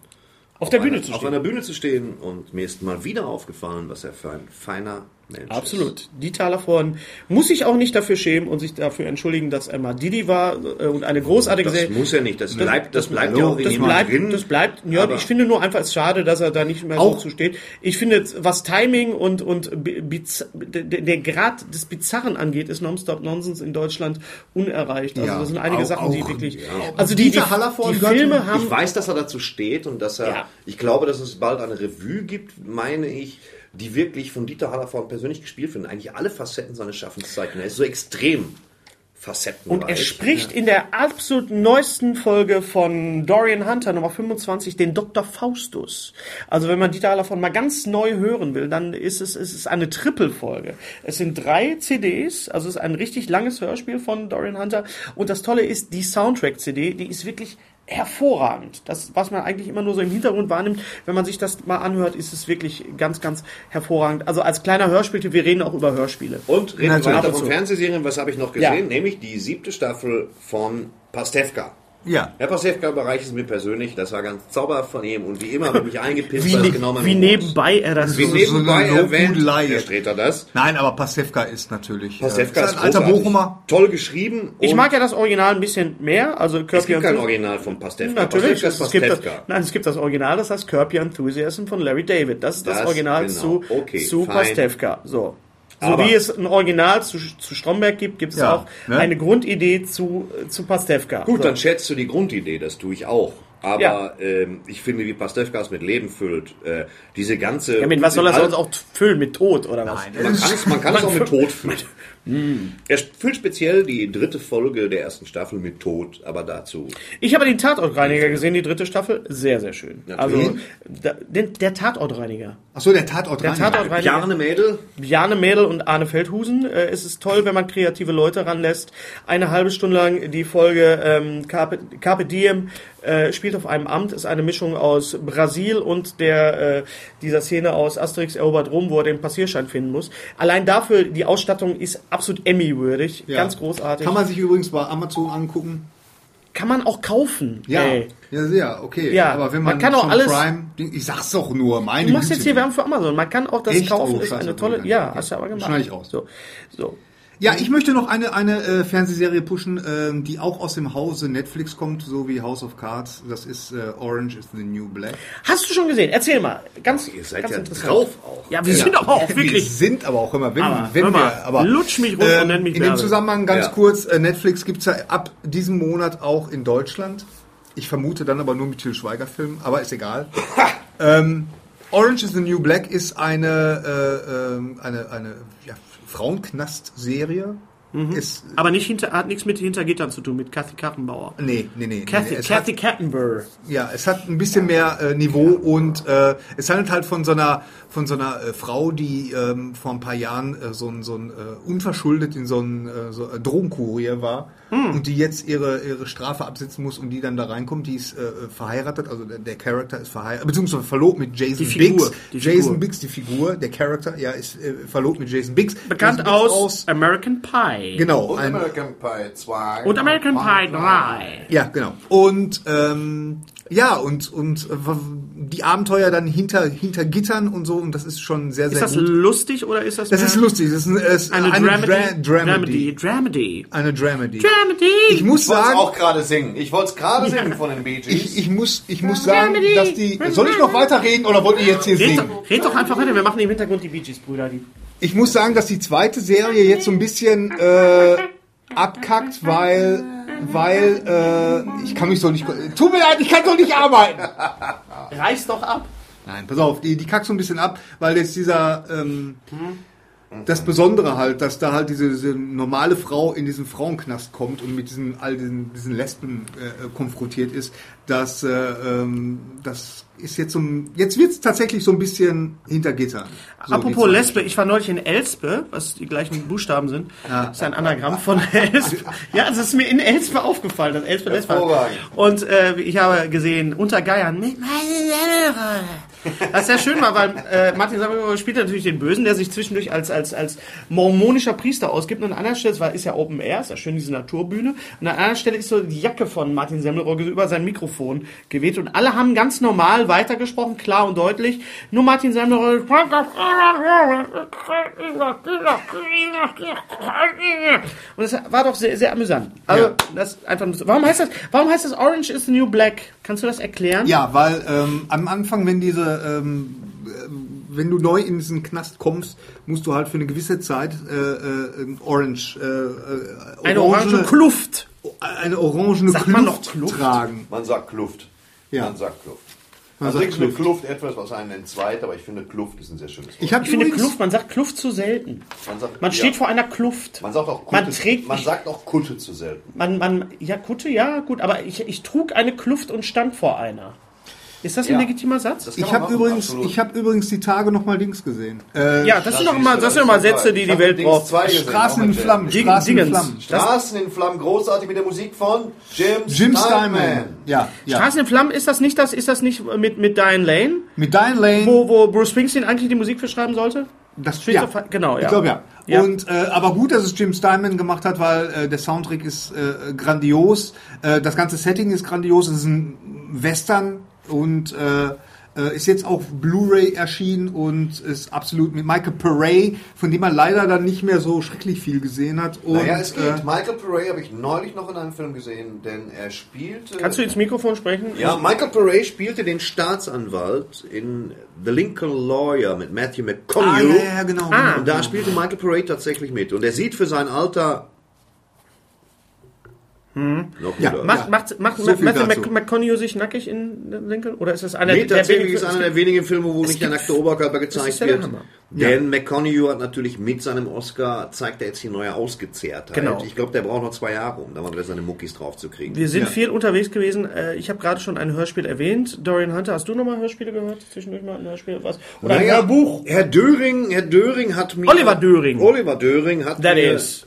S2: auf der
S5: auf
S2: Bühne
S5: einer-
S2: zu
S5: auf
S2: stehen.
S5: einer Bühne zu stehen und mir ist mal wieder aufgefallen, was er für ein feiner Mensch ist.
S2: Absolut. Die Talerfreuden muss sich auch nicht dafür schämen und sich dafür entschuldigen, dass er mal Didi war äh, und eine großartige
S5: Das
S2: Serie.
S5: muss ja nicht, das
S2: Das-
S5: bleibt, das
S2: das-
S5: bleibt
S2: hallo,
S5: ja auch in
S2: das
S5: jemand
S2: bleibt,
S5: drin.
S2: Das bleibt, ja,
S5: Aber-
S2: ich finde nur einfach, es ist schade, dass er da nicht mehr auch
S7: Auch-
S2: so zu steht. Ich finde, was Timing und, und bi- biz- der, der Grad des Bizarren angeht, ist Nonstop Nonsense in Deutschland unerreicht. Also,
S7: Ja,
S2: das sind einige
S7: auch-
S2: Sachen, die
S7: auch-
S2: wirklich,
S7: ja.
S2: also, die, die,
S7: Dieter Hallervorden
S2: die
S7: gehört-
S2: Filme haben,
S5: Ich weiß, dass er dazu steht und dass er,
S2: Ja.
S5: ich glaube, dass es bald eine Revue gibt, meine ich, die wirklich von Dieter Hallervorden persönlich gespielt wird. und Eigentlich alle Facetten seines Schaffens zeigen. Er ist so extrem facettenreich.
S2: Und er spricht in der absolut neuesten Folge von Dorian Hunter, Nummer 25, den Dr. Faustus. Also wenn man Dieter Hallervorden mal ganz neu hören will, dann ist es, es ist eine Triple-Folge. Es sind drei CDs, also es ist ein richtig langes Hörspiel von Dorian Hunter. Und das Tolle ist, die Soundtrack-CD, die ist wirklich hervorragend. Das, was man eigentlich immer nur so im Hintergrund wahrnimmt, wenn man sich das mal anhört, ist es wirklich ganz, ganz hervorragend. Also als kleiner Hörspiel, wir reden auch über Hörspiele.
S5: Und reden
S7: Natürlich.
S5: weiter
S2: Ab und
S5: von
S2: zu.
S5: Fernsehserien. Was habe ich noch
S2: Ja.
S5: gesehen? Nämlich die siebte Staffel von Pastewka.
S7: Ja.
S5: Herr Pastewka bereich es mir persönlich. Das war ganz zauberhaft von ihm. Und wie immer habe ich
S2: <laughs>
S5: mich eingepisst.
S2: Wie,
S5: weil
S2: ne,
S5: es genau mein
S2: wie
S5: Humor ist.
S2: nebenbei er das
S5: Wie
S7: so-
S5: nebenbei
S7: so eine
S5: erwähnt,
S7: Lobhudelei.
S5: Herr Streter das.
S7: Nein, aber Pastewka ist natürlich.
S5: Pastewka
S7: äh,
S5: ist,
S7: ist ein alter
S5: großartig.
S7: Bochumer.
S5: Toll geschrieben.
S2: Ich
S5: und
S2: mag ja das Original ein bisschen mehr, also Curb
S5: Es gibt
S2: Your
S5: kein
S2: Enthusiasm.
S5: Original von Pastewka.
S2: Natürlich,
S5: Pastewka ist
S2: es gibt das,
S5: Pastewka.
S2: nein, es gibt das Original, das heißt Curb Your Enthusiasm von Larry David. Das ist das,
S5: Das,
S2: Original
S5: genau.
S2: zu,
S5: Okay,
S2: zu
S5: fein.
S2: Pastewka. So. So
S5: Aber-
S2: wie es ein Original zu, zu Stromberg gibt, gibt es
S7: Ja,
S2: auch
S7: ne?
S2: eine Grundidee zu, zu Pastewka.
S5: Gut,
S2: so.
S5: dann schätzt du die Grundidee, das tue ich auch. Aber
S2: Ja.
S5: ähm, ich finde, wie Pastewka es mit Leben füllt, äh, diese ganze...
S2: ja, mit was soll er
S5: Inhalt-
S2: sonst auch t- füllen? Mit Tod oder was?
S7: ne?
S5: Man kann es, man kann es
S2: <laughs>
S5: auch mit Tod füllen.
S2: Hm.
S5: Er füllt speziell die dritte Folge der ersten Staffel mit Tod, aber dazu.
S2: Ich habe den Tatortreiniger gesehen, die dritte Staffel. Sehr, sehr schön. Also, da, den, der Tatortreiniger.
S7: Achso, der Tatort
S2: Der Tatortreiniger.
S5: Bjarne Mädel,
S2: Jane Mädel und Arne Feldhusen. Äh, es ist toll, wenn man kreative Leute ranlässt. Eine halbe Stunde lang die Folge ähm, Carpe, Carpe Diem äh, spielt auf einem Amt. Ist eine Mischung aus Brasil und der äh, dieser Szene aus Asterix erobert Rom, wo er den Passierschein finden muss. Allein dafür, die Ausstattung ist absolut Emmy-würdig.
S7: Ja.
S2: Ganz großartig.
S7: Kann man sich übrigens bei Amazon angucken.
S2: Kann man auch kaufen.
S7: Ja.
S2: ey.
S7: Ja, ja, okay.
S2: Ja,
S7: Aber wenn
S2: man
S7: man,
S2: kann auch
S7: schon
S2: alles-
S7: Prime, ich sag's doch nur, meine
S2: Du machst jetzt
S7: Güte.
S2: hier Werbung für Amazon. Man kann auch das
S7: Echt?
S2: kaufen.
S7: Oh,
S2: ist
S7: scheiße,
S2: eine
S7: hab
S2: tolle.
S7: ich gar
S2: Ja,
S7: nicht.
S2: hast du aber
S7: Okay.
S2: gemacht.
S7: Schneide ich raus.
S2: So. so.
S7: Ja, ich möchte noch eine, eine äh, Fernsehserie pushen, ähm, die auch aus dem Hause Netflix kommt, so wie House of Cards. Das ist äh, Orange is the New Black.
S2: Hast du schon gesehen? Erzähl mal. Ganz,
S5: ihr seid
S2: ganz
S5: ja
S2: interessant.
S5: drauf auch.
S2: Ja, wir sind aber auch
S7: Wir
S2: wirklich.
S7: sind aber auch immer, wenn,
S2: Aber, hör
S7: wenn
S2: mal,
S7: wir, aber ähm,
S2: lutsch mich runter und nenn mich
S7: In dem
S2: Bärbel.
S7: Zusammenhang ganz
S5: Ja.
S7: kurz, äh, Netflix gibt's ja ab diesem Monat auch in Deutschland. Ich vermute dann aber nur mit Till Schweiger Filmen, aber ist
S2: <laughs>
S7: egal. ähm, Orange is the New Black ist eine, äh, ähm, eine, eine ja, Frauenknast-Serie.
S2: Mhm.
S7: Ist,
S2: Aber nicht hinter, hat nichts mit Hintergittern zu tun, mit Kathy Karrenbauer.
S7: nee, nee, nee. nee,
S2: Kathy,
S7: nee. Es hat-
S2: Kathy Kattenbauer.
S7: Ja, es hat ein bisschen mehr äh, Niveau und äh, es handelt halt von so einer von so einer äh, Frau, die ähm, vor ein paar Jahren äh, so ein so ein äh, unverschuldet in so ein äh, so, äh, Drogenkurier war
S2: Hm.
S7: und die jetzt ihre ihre Strafe absitzen muss und die dann da reinkommt, die ist äh, äh, verheiratet, also der, der Charakter ist verheiratet, beziehungsweise verlobt mit Jason
S2: Figur,
S7: Biggs.
S2: die
S7: Jason
S2: Figur.
S7: Biggs, die Figur, der Charakter, ja, ist äh, verlobt mit Jason Biggs.
S2: Bekannt
S7: Jason Biggs
S2: aus, äh, American Pie.
S7: genau
S12: Und
S7: ein,
S12: American Pie 2.
S2: Und American Pie 3.
S7: ja, genau. Und ähm, ja, und, und äh, w- die Abenteuer dann hinter, hinter Gittern und so und das ist schon sehr, sehr
S2: Ist das
S7: gut.
S2: lustig oder ist das
S7: Das ist lustig. Das ist ein- es ist
S2: Eine, Dramedy?
S7: Dra Dramedy.
S2: Dramedy. Dramedy.
S7: Eine Dramedy.
S2: Dramedy.
S7: Ich muss
S5: Ich wollte es
S7: sagen,
S5: auch gerade singen. Ich wollte es gerade singen von den Bee Gees.
S7: ich, ich muss, ich muss sagen, dass die. Soll ich noch weiterreden oder wollt ihr jetzt hier
S2: Red,
S7: singen?
S2: doch- red doch einfach weiter, wir machen im Hintergrund die Bee Gees Brüder. Die
S7: Ich muss sagen, dass die zweite Serie jetzt so ein bisschen äh, abkackt, weil. Weil äh, ich kann mich so nicht. Tut mir leid, ich kann so nicht arbeiten.
S2: reiß doch ab.
S7: Nein, pass auf, die, die kackt so ein bisschen ab, weil jetzt dieser ähm, das Besondere halt, dass da halt diese, diese normale Frau in diesen Frauenknast kommt und mit diesen all diesen, diesen Lesben äh, äh, konfrontiert ist, dass äh, ähm, das ist jetzt so ein, jetzt wird's tatsächlich so ein bisschen hinter Gittern. So
S2: Apropos
S7: geht's.
S2: Lesbe, ich war neulich in Elspe, was die gleichen Buchstaben sind. Das ist ein Anagramm von
S7: <laughs>
S2: Elspe. Ja, das ist mir in Elspe aufgefallen, dass Elspe Lesbe heißt. Und äh, ich habe gesehen, unter Geiern. mit meiner Leberrolle. Was sehr schön war, weil äh, Martin Samuel spielt natürlich den Bösen, der sich zwischendurch als, als, als mormonischer Priester ausgibt. Und an anderer Stelle, es war- ist ja Open Air, ist ja schön diese Naturbühne. Und an anderer Stelle ist so die Jacke von Martin Semmelrohr über sein Mikrofon geweht. Und alle haben ganz normal weitergesprochen, klar und deutlich. Nur Martin Semmelrohr. Und das war doch sehr, sehr amüsant. Also, das einfach, nur so- warum heißt das, warum heißt das Orange is the New Black? Kannst du das erklären?
S7: Ja, weil ähm, am Anfang, wenn diese, ähm, äh, wenn du neu in diesen Knast kommst, musst du halt für eine gewisse Zeit äh, äh, ein Orange, äh, äh,
S2: Eine orange Kluft.
S7: eine orangene
S2: Sagt
S7: Kluft,
S2: man noch Kluft?
S7: tragen.
S5: Man sagt Kluft.
S7: Ja.
S5: Man sagt Kluft.
S7: Man
S5: also
S7: sagt
S5: ich finde
S7: Kluft.
S5: Kluft etwas, was einen entzweit, aber ich finde Kluft ist ein sehr schönes Wort.
S7: Ich habe
S2: Ich finde
S7: übrigens,
S2: Kluft, man sagt Kluft zu selten.
S5: man sagt,
S2: Man steht
S5: ja,
S2: vor einer Kluft.
S5: Man sagt auch Kutte.
S2: Man trägt.
S5: man
S2: ich-
S5: sagt auch Kutte zu selten.
S2: man, man, ja, Kutte, ja, gut, aber ich, ich trug eine Kluft und stand vor einer. Ist das ein
S5: Ja.
S2: legitimer Satz?
S5: Das kann
S7: ich
S5: man
S7: habe
S5: machen,
S7: übrigens,
S5: absolut.
S7: ich habe übrigens die Tage noch mal links gesehen. Äh,
S2: ja, das, sind doch
S5: siehst
S2: immer,
S5: du,
S2: das
S5: das
S2: sind doch mal
S5: ist doch
S2: Sätze, die
S5: geil.
S2: die
S5: Ich
S2: Welt
S5: hab
S2: braucht.
S5: Dings zwei gesehen,
S7: Straßen
S5: auch
S7: in
S5: mit
S7: Flammen,
S2: Ding-
S7: Straßen in
S2: Dingens.
S7: Flammen.
S5: Straßen in Flammen, großartig mit der Musik von Jim,
S7: Jim Steinman.
S5: Steinman.
S7: Ja, ja.
S2: Straßen in Flammen, ist das nicht das, ist das nicht mit, mit Diane Lane,
S7: Mit Diane Lane.
S2: wo, wo Bruce Springsteen eigentlich die Musik für schreiben sollte?
S7: Das
S2: Streets of- genau, ja.
S7: Ich glaube ja.
S2: Ja.
S7: Und äh, aber gut, dass es Jim Steinman gemacht hat, weil äh, der Soundtrack ist äh, grandios, äh, das ganze Setting ist grandios, es ist ein Western und äh, äh, ist jetzt auch Blu-ray erschienen und ist absolut mit Michael Paré, von dem man leider dann nicht mehr so schrecklich viel gesehen hat. Und,
S5: Naja, es geht.
S7: äh,
S5: Michael Paré habe ich neulich noch in einem Film gesehen, denn er spielte.
S2: Kannst du ins Mikrofon sprechen?
S5: Ja, Michael Paré spielte den Staatsanwalt in The Lincoln Lawyer mit Matthew
S7: ah,
S5: McConaughey.
S7: ja, ja, genau.
S2: Ah.
S7: genau.
S5: Und da spielte Michael Paré tatsächlich mit. Und er sieht für sein Alter.
S2: Hm.
S5: Noch
S7: Ja,
S5: wieder.
S2: Macht, macht, macht
S7: So viel
S2: Matthew
S7: dazu.
S2: Mc- McConaughey sich nackig in Lincoln? Oder ist das einer
S5: Nee, tatsächlich
S2: wenigen-
S5: ist einer der wenigen Filme, wo nicht der
S2: gibt-
S5: nackte Oberkörper
S2: Das ist
S5: gezeigt
S2: ja der
S5: wird.
S2: Hammer.
S5: Denn McConaughey hat natürlich mit seinem Oscar, zeigt er jetzt die neue Ausgezehrtheit.
S2: Genau.
S5: Ich glaube, der braucht noch zwei Jahre, um da mal wieder seine Muckis drauf zu kriegen.
S2: Wir sind
S7: Ja.
S2: viel unterwegs gewesen. Äh, Ich habe gerade schon ein Hörspiel erwähnt. Dorian Hunter, hast du nochmal Hörspiele gehört? Zwischendurch mal ein Hörspiel oder was? Oder ein
S5: Naja,
S2: Hörbuch?
S5: Herr Döring, Herr Döring hat mir...
S2: Oliver Döring.
S5: Oliver Döring hat
S2: That
S5: mir
S2: is.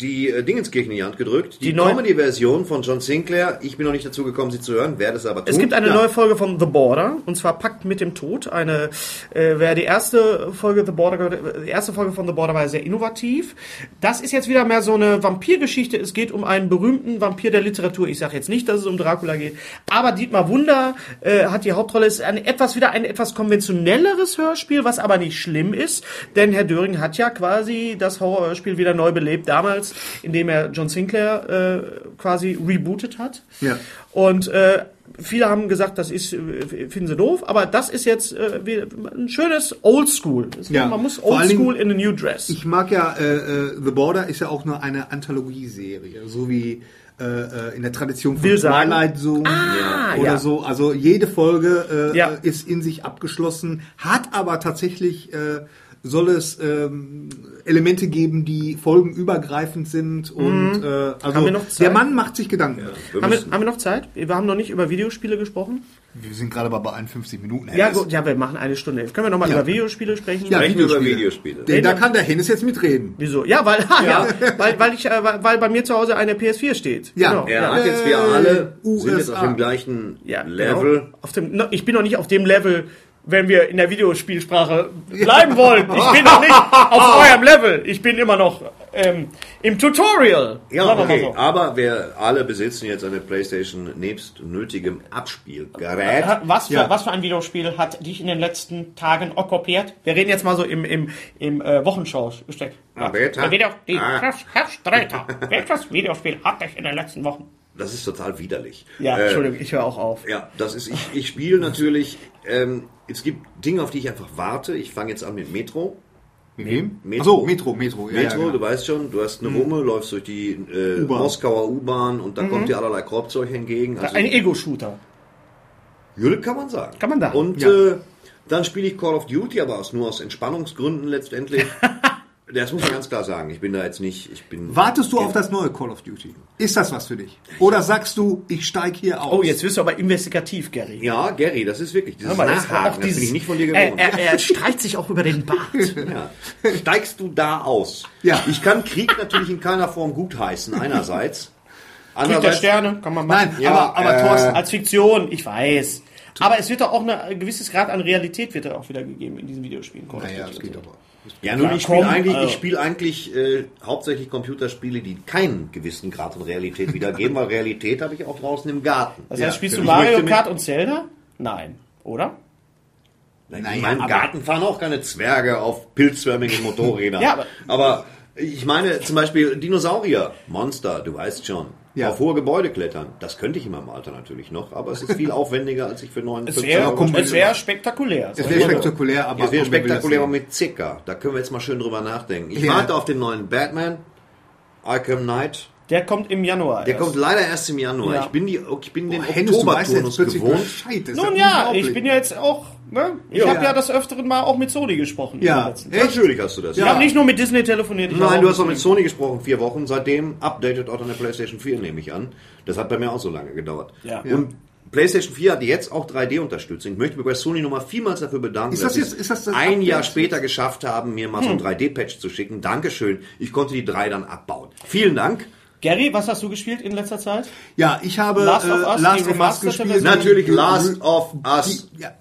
S5: die äh, Dingenskirchen in die Hand gedrückt. Die,
S2: Die neue-
S5: Comedy-Version von John Sinclair. Ich bin noch nicht dazu gekommen, sie zu hören, werde es aber tun.
S2: Es gibt eine
S5: Ja.
S2: neue Folge von The Border und zwar Pakt mit dem Tod. Eine, äh, wer die erste Folge The Border gehört, hat, äh, die erste Folge von The Border war sehr innovativ. Das ist jetzt wieder mehr so eine Vampirgeschichte. Es geht um einen berühmten Vampir der Literatur. Ich sage jetzt nicht, dass es um Dracula geht, aber Dietmar Wunder äh, hat die Hauptrolle. Es Ist ein etwas wieder ein etwas konventionelleres Hörspiel, was aber nicht schlimm ist, denn Herr Döring hat ja quasi das Horrorhörspiel wieder neu belebt damals, indem er John Sinclair äh, quasi rebootet hat.
S7: Ja.
S2: Und äh, viele haben gesagt, das ist, äh, finden sie doof, aber das ist jetzt äh, wie- ein schönes Oldschool. Das-
S7: Ja.
S2: Man muss
S7: Vor allen
S2: Oldschool in a new dress.
S7: Ich mag ja, äh, äh, The Border ist ja auch nur eine Anthologie-Serie, so wie äh, äh, in der Tradition von
S2: Will sagen.
S7: Twilight Zone
S2: Ah,
S7: oder
S2: ja.
S7: so. Also jede Folge äh,
S2: Ja.
S7: äh, ist in sich abgeschlossen, hat aber tatsächlich, äh, soll es ähm, Elemente geben, die folgenübergreifend sind. Und äh,
S2: Mhm. Haben
S7: also
S2: wir noch Zeit?
S7: der Mann macht sich Gedanken.
S5: Wir
S2: haben, wir,
S5: müssen-
S2: haben wir noch Zeit? Wir haben noch nicht über Videospiele gesprochen.
S7: Wir sind gerade bei 51 Minuten.
S2: Ja,
S7: Hennes.
S2: gut, ja, wir machen eine Stunde. Können wir nochmal
S7: Ja.
S2: über Videospiele sprechen?
S7: Ja,
S5: Reden wir über
S7: Videospiele.
S5: Videospiele.
S7: Denn da kann der Hennes jetzt mitreden.
S2: Wieso? Ja, weil, <laughs> ja. weil, weil, ich, äh, weil, weil bei mir zu Hause eine PS4 steht. Genau.
S7: Ja.
S5: Er
S2: ja.
S5: hat jetzt, wir alle sind jetzt
S7: USA.
S5: auf dem gleichen
S2: Ja,
S5: Level.
S2: Genau. Auf dem, no, ich bin noch nicht auf dem Level, wenn wir <laughs> in der Videospielsprache bleiben wollen. Ich bin noch nicht auf eurem Level. Ich bin immer noch ähm, im Tutorial.
S5: Ja,
S2: Sagen wir mal
S5: okay.
S2: so.
S5: Aber wir alle besitzen jetzt eine Playstation nebst nötigem Abspielgerät.
S2: Ha- Was für,
S7: Ja.
S2: was für ein Videospiel hat dich in den letzten Tagen okkupiert? Wir reden jetzt mal so im, im, im äh, Wochenschau gesteckt.
S5: Ah, Beta.
S2: Der Video, die
S5: Ah.
S2: Herr- Herr <laughs> Sträter, welches Videospiel hat dich in den letzten Wochen?
S5: Das ist total widerlich.
S2: Ja,
S5: Äh,
S2: Entschuldigung, ich höre auch auf.
S5: Ja, das ist, ich, ich spiele natürlich, ähm, es gibt Dinge, auf die ich einfach warte. Ich fange jetzt an mit Metro.
S7: Mit wem?
S5: Metro.
S7: Ach so, Metro, Metro. Ja,
S5: Metro,
S7: ja,
S5: du
S7: genau.
S5: weißt schon, du hast eine
S2: Hm.
S5: Wumme, läufst durch die äh,
S7: U-Bahn.
S5: Moskauer U-Bahn und da kommt dir allerlei Korbzeug entgegen. Also,
S2: Mhm. Ein Ego-Shooter.
S5: Jürgen kann man sagen.
S2: Kann man sagen,
S5: Und
S7: ja.
S5: äh, dann spiele ich Call of Duty, aber aus, nur aus Entspannungsgründen letztendlich.
S2: <laughs>
S5: das muss ich ganz klar sagen. Ich bin da jetzt nicht, ich bin...
S7: Wartest du auf das neue Call of Duty? Ist das was für dich? Oder sagst du, ich steig hier aus?
S2: Oh, jetzt wirst du aber investigativ, Gary.
S5: Ja, Gary, das ist wirklich dieses
S2: Hör mal, das ist
S5: Nachhaken,
S2: auch
S5: das
S2: dieses- Äh,
S5: bin ich nicht von dir gewohnt.
S2: Er, er, er streicht sich auch über den
S5: <laughs>
S2: Bart.
S5: Ja. Steigst du da aus?
S7: Ja.
S5: Ich kann Krieg natürlich in keiner Form gutheißen, einerseits.
S2: <laughs> Krieg der
S5: Andererseits,
S2: Sterne, kann man machen.
S7: Nein,
S5: Ja,
S7: aber, aber
S5: äh,
S7: Thorsten,
S2: Als Fiktion, ich weiß. Aber es wird doch auch eine- ein gewisses Grad an Realität wird ja auch wieder gegeben in diesen Videospielen. Call of
S7: Naja,
S2: Duty
S7: es
S2: und
S7: geht
S2: so.
S7: aber.
S5: ja, nun,
S2: Ja,
S5: ich spiele
S2: komm,
S5: eigentlich,
S2: also.
S5: ich spiel eigentlich äh, hauptsächlich Computerspiele, die keinen gewissen Grad an Realität wiedergeben, weil Realität habe ich auch draußen im Garten.
S2: Das
S5: Ja,
S2: heißt, spielst du
S5: natürlich. Ich
S2: Mario
S5: möchte
S2: Kart und Zelda? Nein, oder?
S5: Mit, in meinem Garten fahren auch keine Zwerge auf pilzförmigen Motorrädern.
S2: Ja, aber-
S5: aber ich meine zum Beispiel Dinosaurier, Monster, du weißt schon.
S7: Ja.
S5: Auf hohe Gebäude klettern. Das könnte ich in meinem Alter natürlich noch, aber es ist viel aufwendiger, als ich für 59
S2: Es wäre
S5: Euro
S2: es wär spektakulär.
S7: es wäre spektakulär, aber
S5: Das wäre
S7: komm, wer will das
S5: spektakulärer
S7: sehen?
S5: mit Zika. Da können wir jetzt mal schön drüber nachdenken. Ich
S7: Ja.
S5: warte auf den neuen Batman, Arkham Knight.
S2: Der kommt im Januar.
S5: Der
S2: erst.
S5: kommt leider erst im Januar.
S2: Ja.
S5: Ich bin, die, ich bin den
S7: Boah, Hennes, du weißt jetzt
S5: Oktober-Turnus
S7: plötzlich
S5: gewohnt.
S7: Bescheid. Das ist
S2: Nun ja,
S7: unglaublich.
S2: ich bin ja jetzt auch. Ne? Ich
S5: Ja.
S2: habe ja des Öfteren mal auch mit Sony gesprochen. in den
S7: Ja,
S2: letzten-
S7: echt?
S5: Natürlich hast du das.
S2: Ich habe nicht nur mit Disney telefoniert. Ich hab
S5: Nein,
S2: auch
S5: du hast doch mit
S2: Sony-
S5: Sony gesprochen, vier Wochen. Seitdem updated auch deine PlayStation 4, nehme ich an. Das hat bei mir auch so lange gedauert.
S2: Ja.
S5: Und PlayStation 4 hat jetzt auch 3D-Unterstützung. Ich möchte mich bei Sony nochmal vielmals dafür bedanken,
S7: Ist das
S5: sie
S7: jetzt-
S5: es
S7: ist das das
S5: ein
S7: Update
S5: Jahr
S7: jetzt?
S5: später geschafft haben, mir mal so ein 3D-Patch zu schicken. Dankeschön. Ich konnte die drei dann abbauen. Vielen Dank.
S2: Gary, was hast du gespielt in letzter Zeit?
S7: Ja, ich habe
S2: Last of
S7: äh,
S2: Us, die
S7: Last of Us
S2: remasterte
S7: gespielt.
S2: Version.
S5: Natürlich Last of Us.
S7: Ja.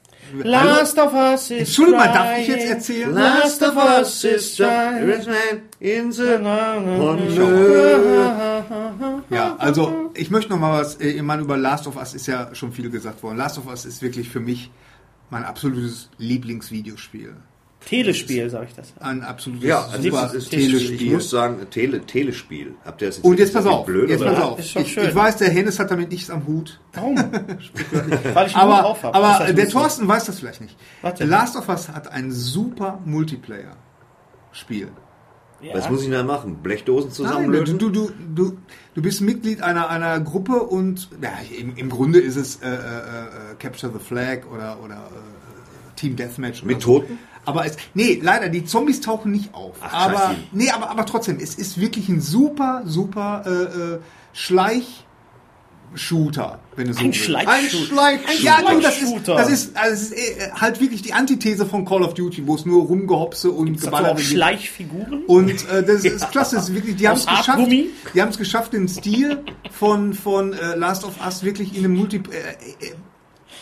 S2: Last of Us is
S7: Entschuldigung mal, darf ich
S2: trying.
S7: jetzt erzählen?
S5: Last of Us is the rich man in the
S7: Ja, also ich möchte noch mal was, äh, ich meine, über Last of Us ist ja schon viel gesagt worden. Last of Us ist wirklich für mich mein absolutes Lieblingsvideospiel.
S2: Telespiel, sag ich das.
S7: Ein absolutes
S5: Ja, also
S7: super
S5: es ist, ich
S7: Telespiel.
S5: muss sagen, Tele, Telespiel. Habt ihr das
S7: Und jetzt
S5: ist das
S7: pass auf,
S5: blöd,
S7: jetzt
S5: oder?
S7: pass auf.
S2: Ist doch
S7: Ich,
S2: schön.
S7: ich weiß, der Hennes hat damit nichts am Hut. <laughs>
S2: Warum? Weil ich ihn gut
S7: Aber,
S2: drauf hab. Das
S7: aber
S2: heißt,
S7: der
S2: ich-
S7: Thorsten weiß das vielleicht nicht.
S2: Warte.
S7: Last of Us hat ein super Multiplayer-Spiel.
S5: Was muss ich denn da machen? Blechdosen
S7: Nein, du,
S5: zusammenlöten?
S7: du, du, du, du bist Mitglied einer, einer Gruppe und ja, im, im Grunde ist es äh, äh, äh, Capture the Flag oder, oder äh, Team Deathmatch. Oder
S5: Mit
S7: so.
S5: Toten?
S7: Aber es, nee, leider, die Zombies tauchen nicht auf.
S5: Ach,
S7: aber,
S5: scheiße.
S7: nee, aber, aber trotzdem, es ist wirklich ein super, super äh, äh, Schleich-Shooter, wenn du so
S2: Ein
S7: willst.
S2: Schleichschuh.
S7: Ja, du, das ist,
S2: Shooter.
S7: das ist, also das ist äh, halt wirklich die Antithese von Call of Duty, wo es nur rumgehopse und
S2: Hast du auch
S7: geballert wird.
S2: Schleichfiguren?
S7: Und äh, das ist klasse, das ist wirklich, die haben es
S2: Aus
S7: geschafft,
S2: Hartgummi?
S7: die haben es geschafft, den Stil von, von äh, Last of Us wirklich in einem Multi äh, äh,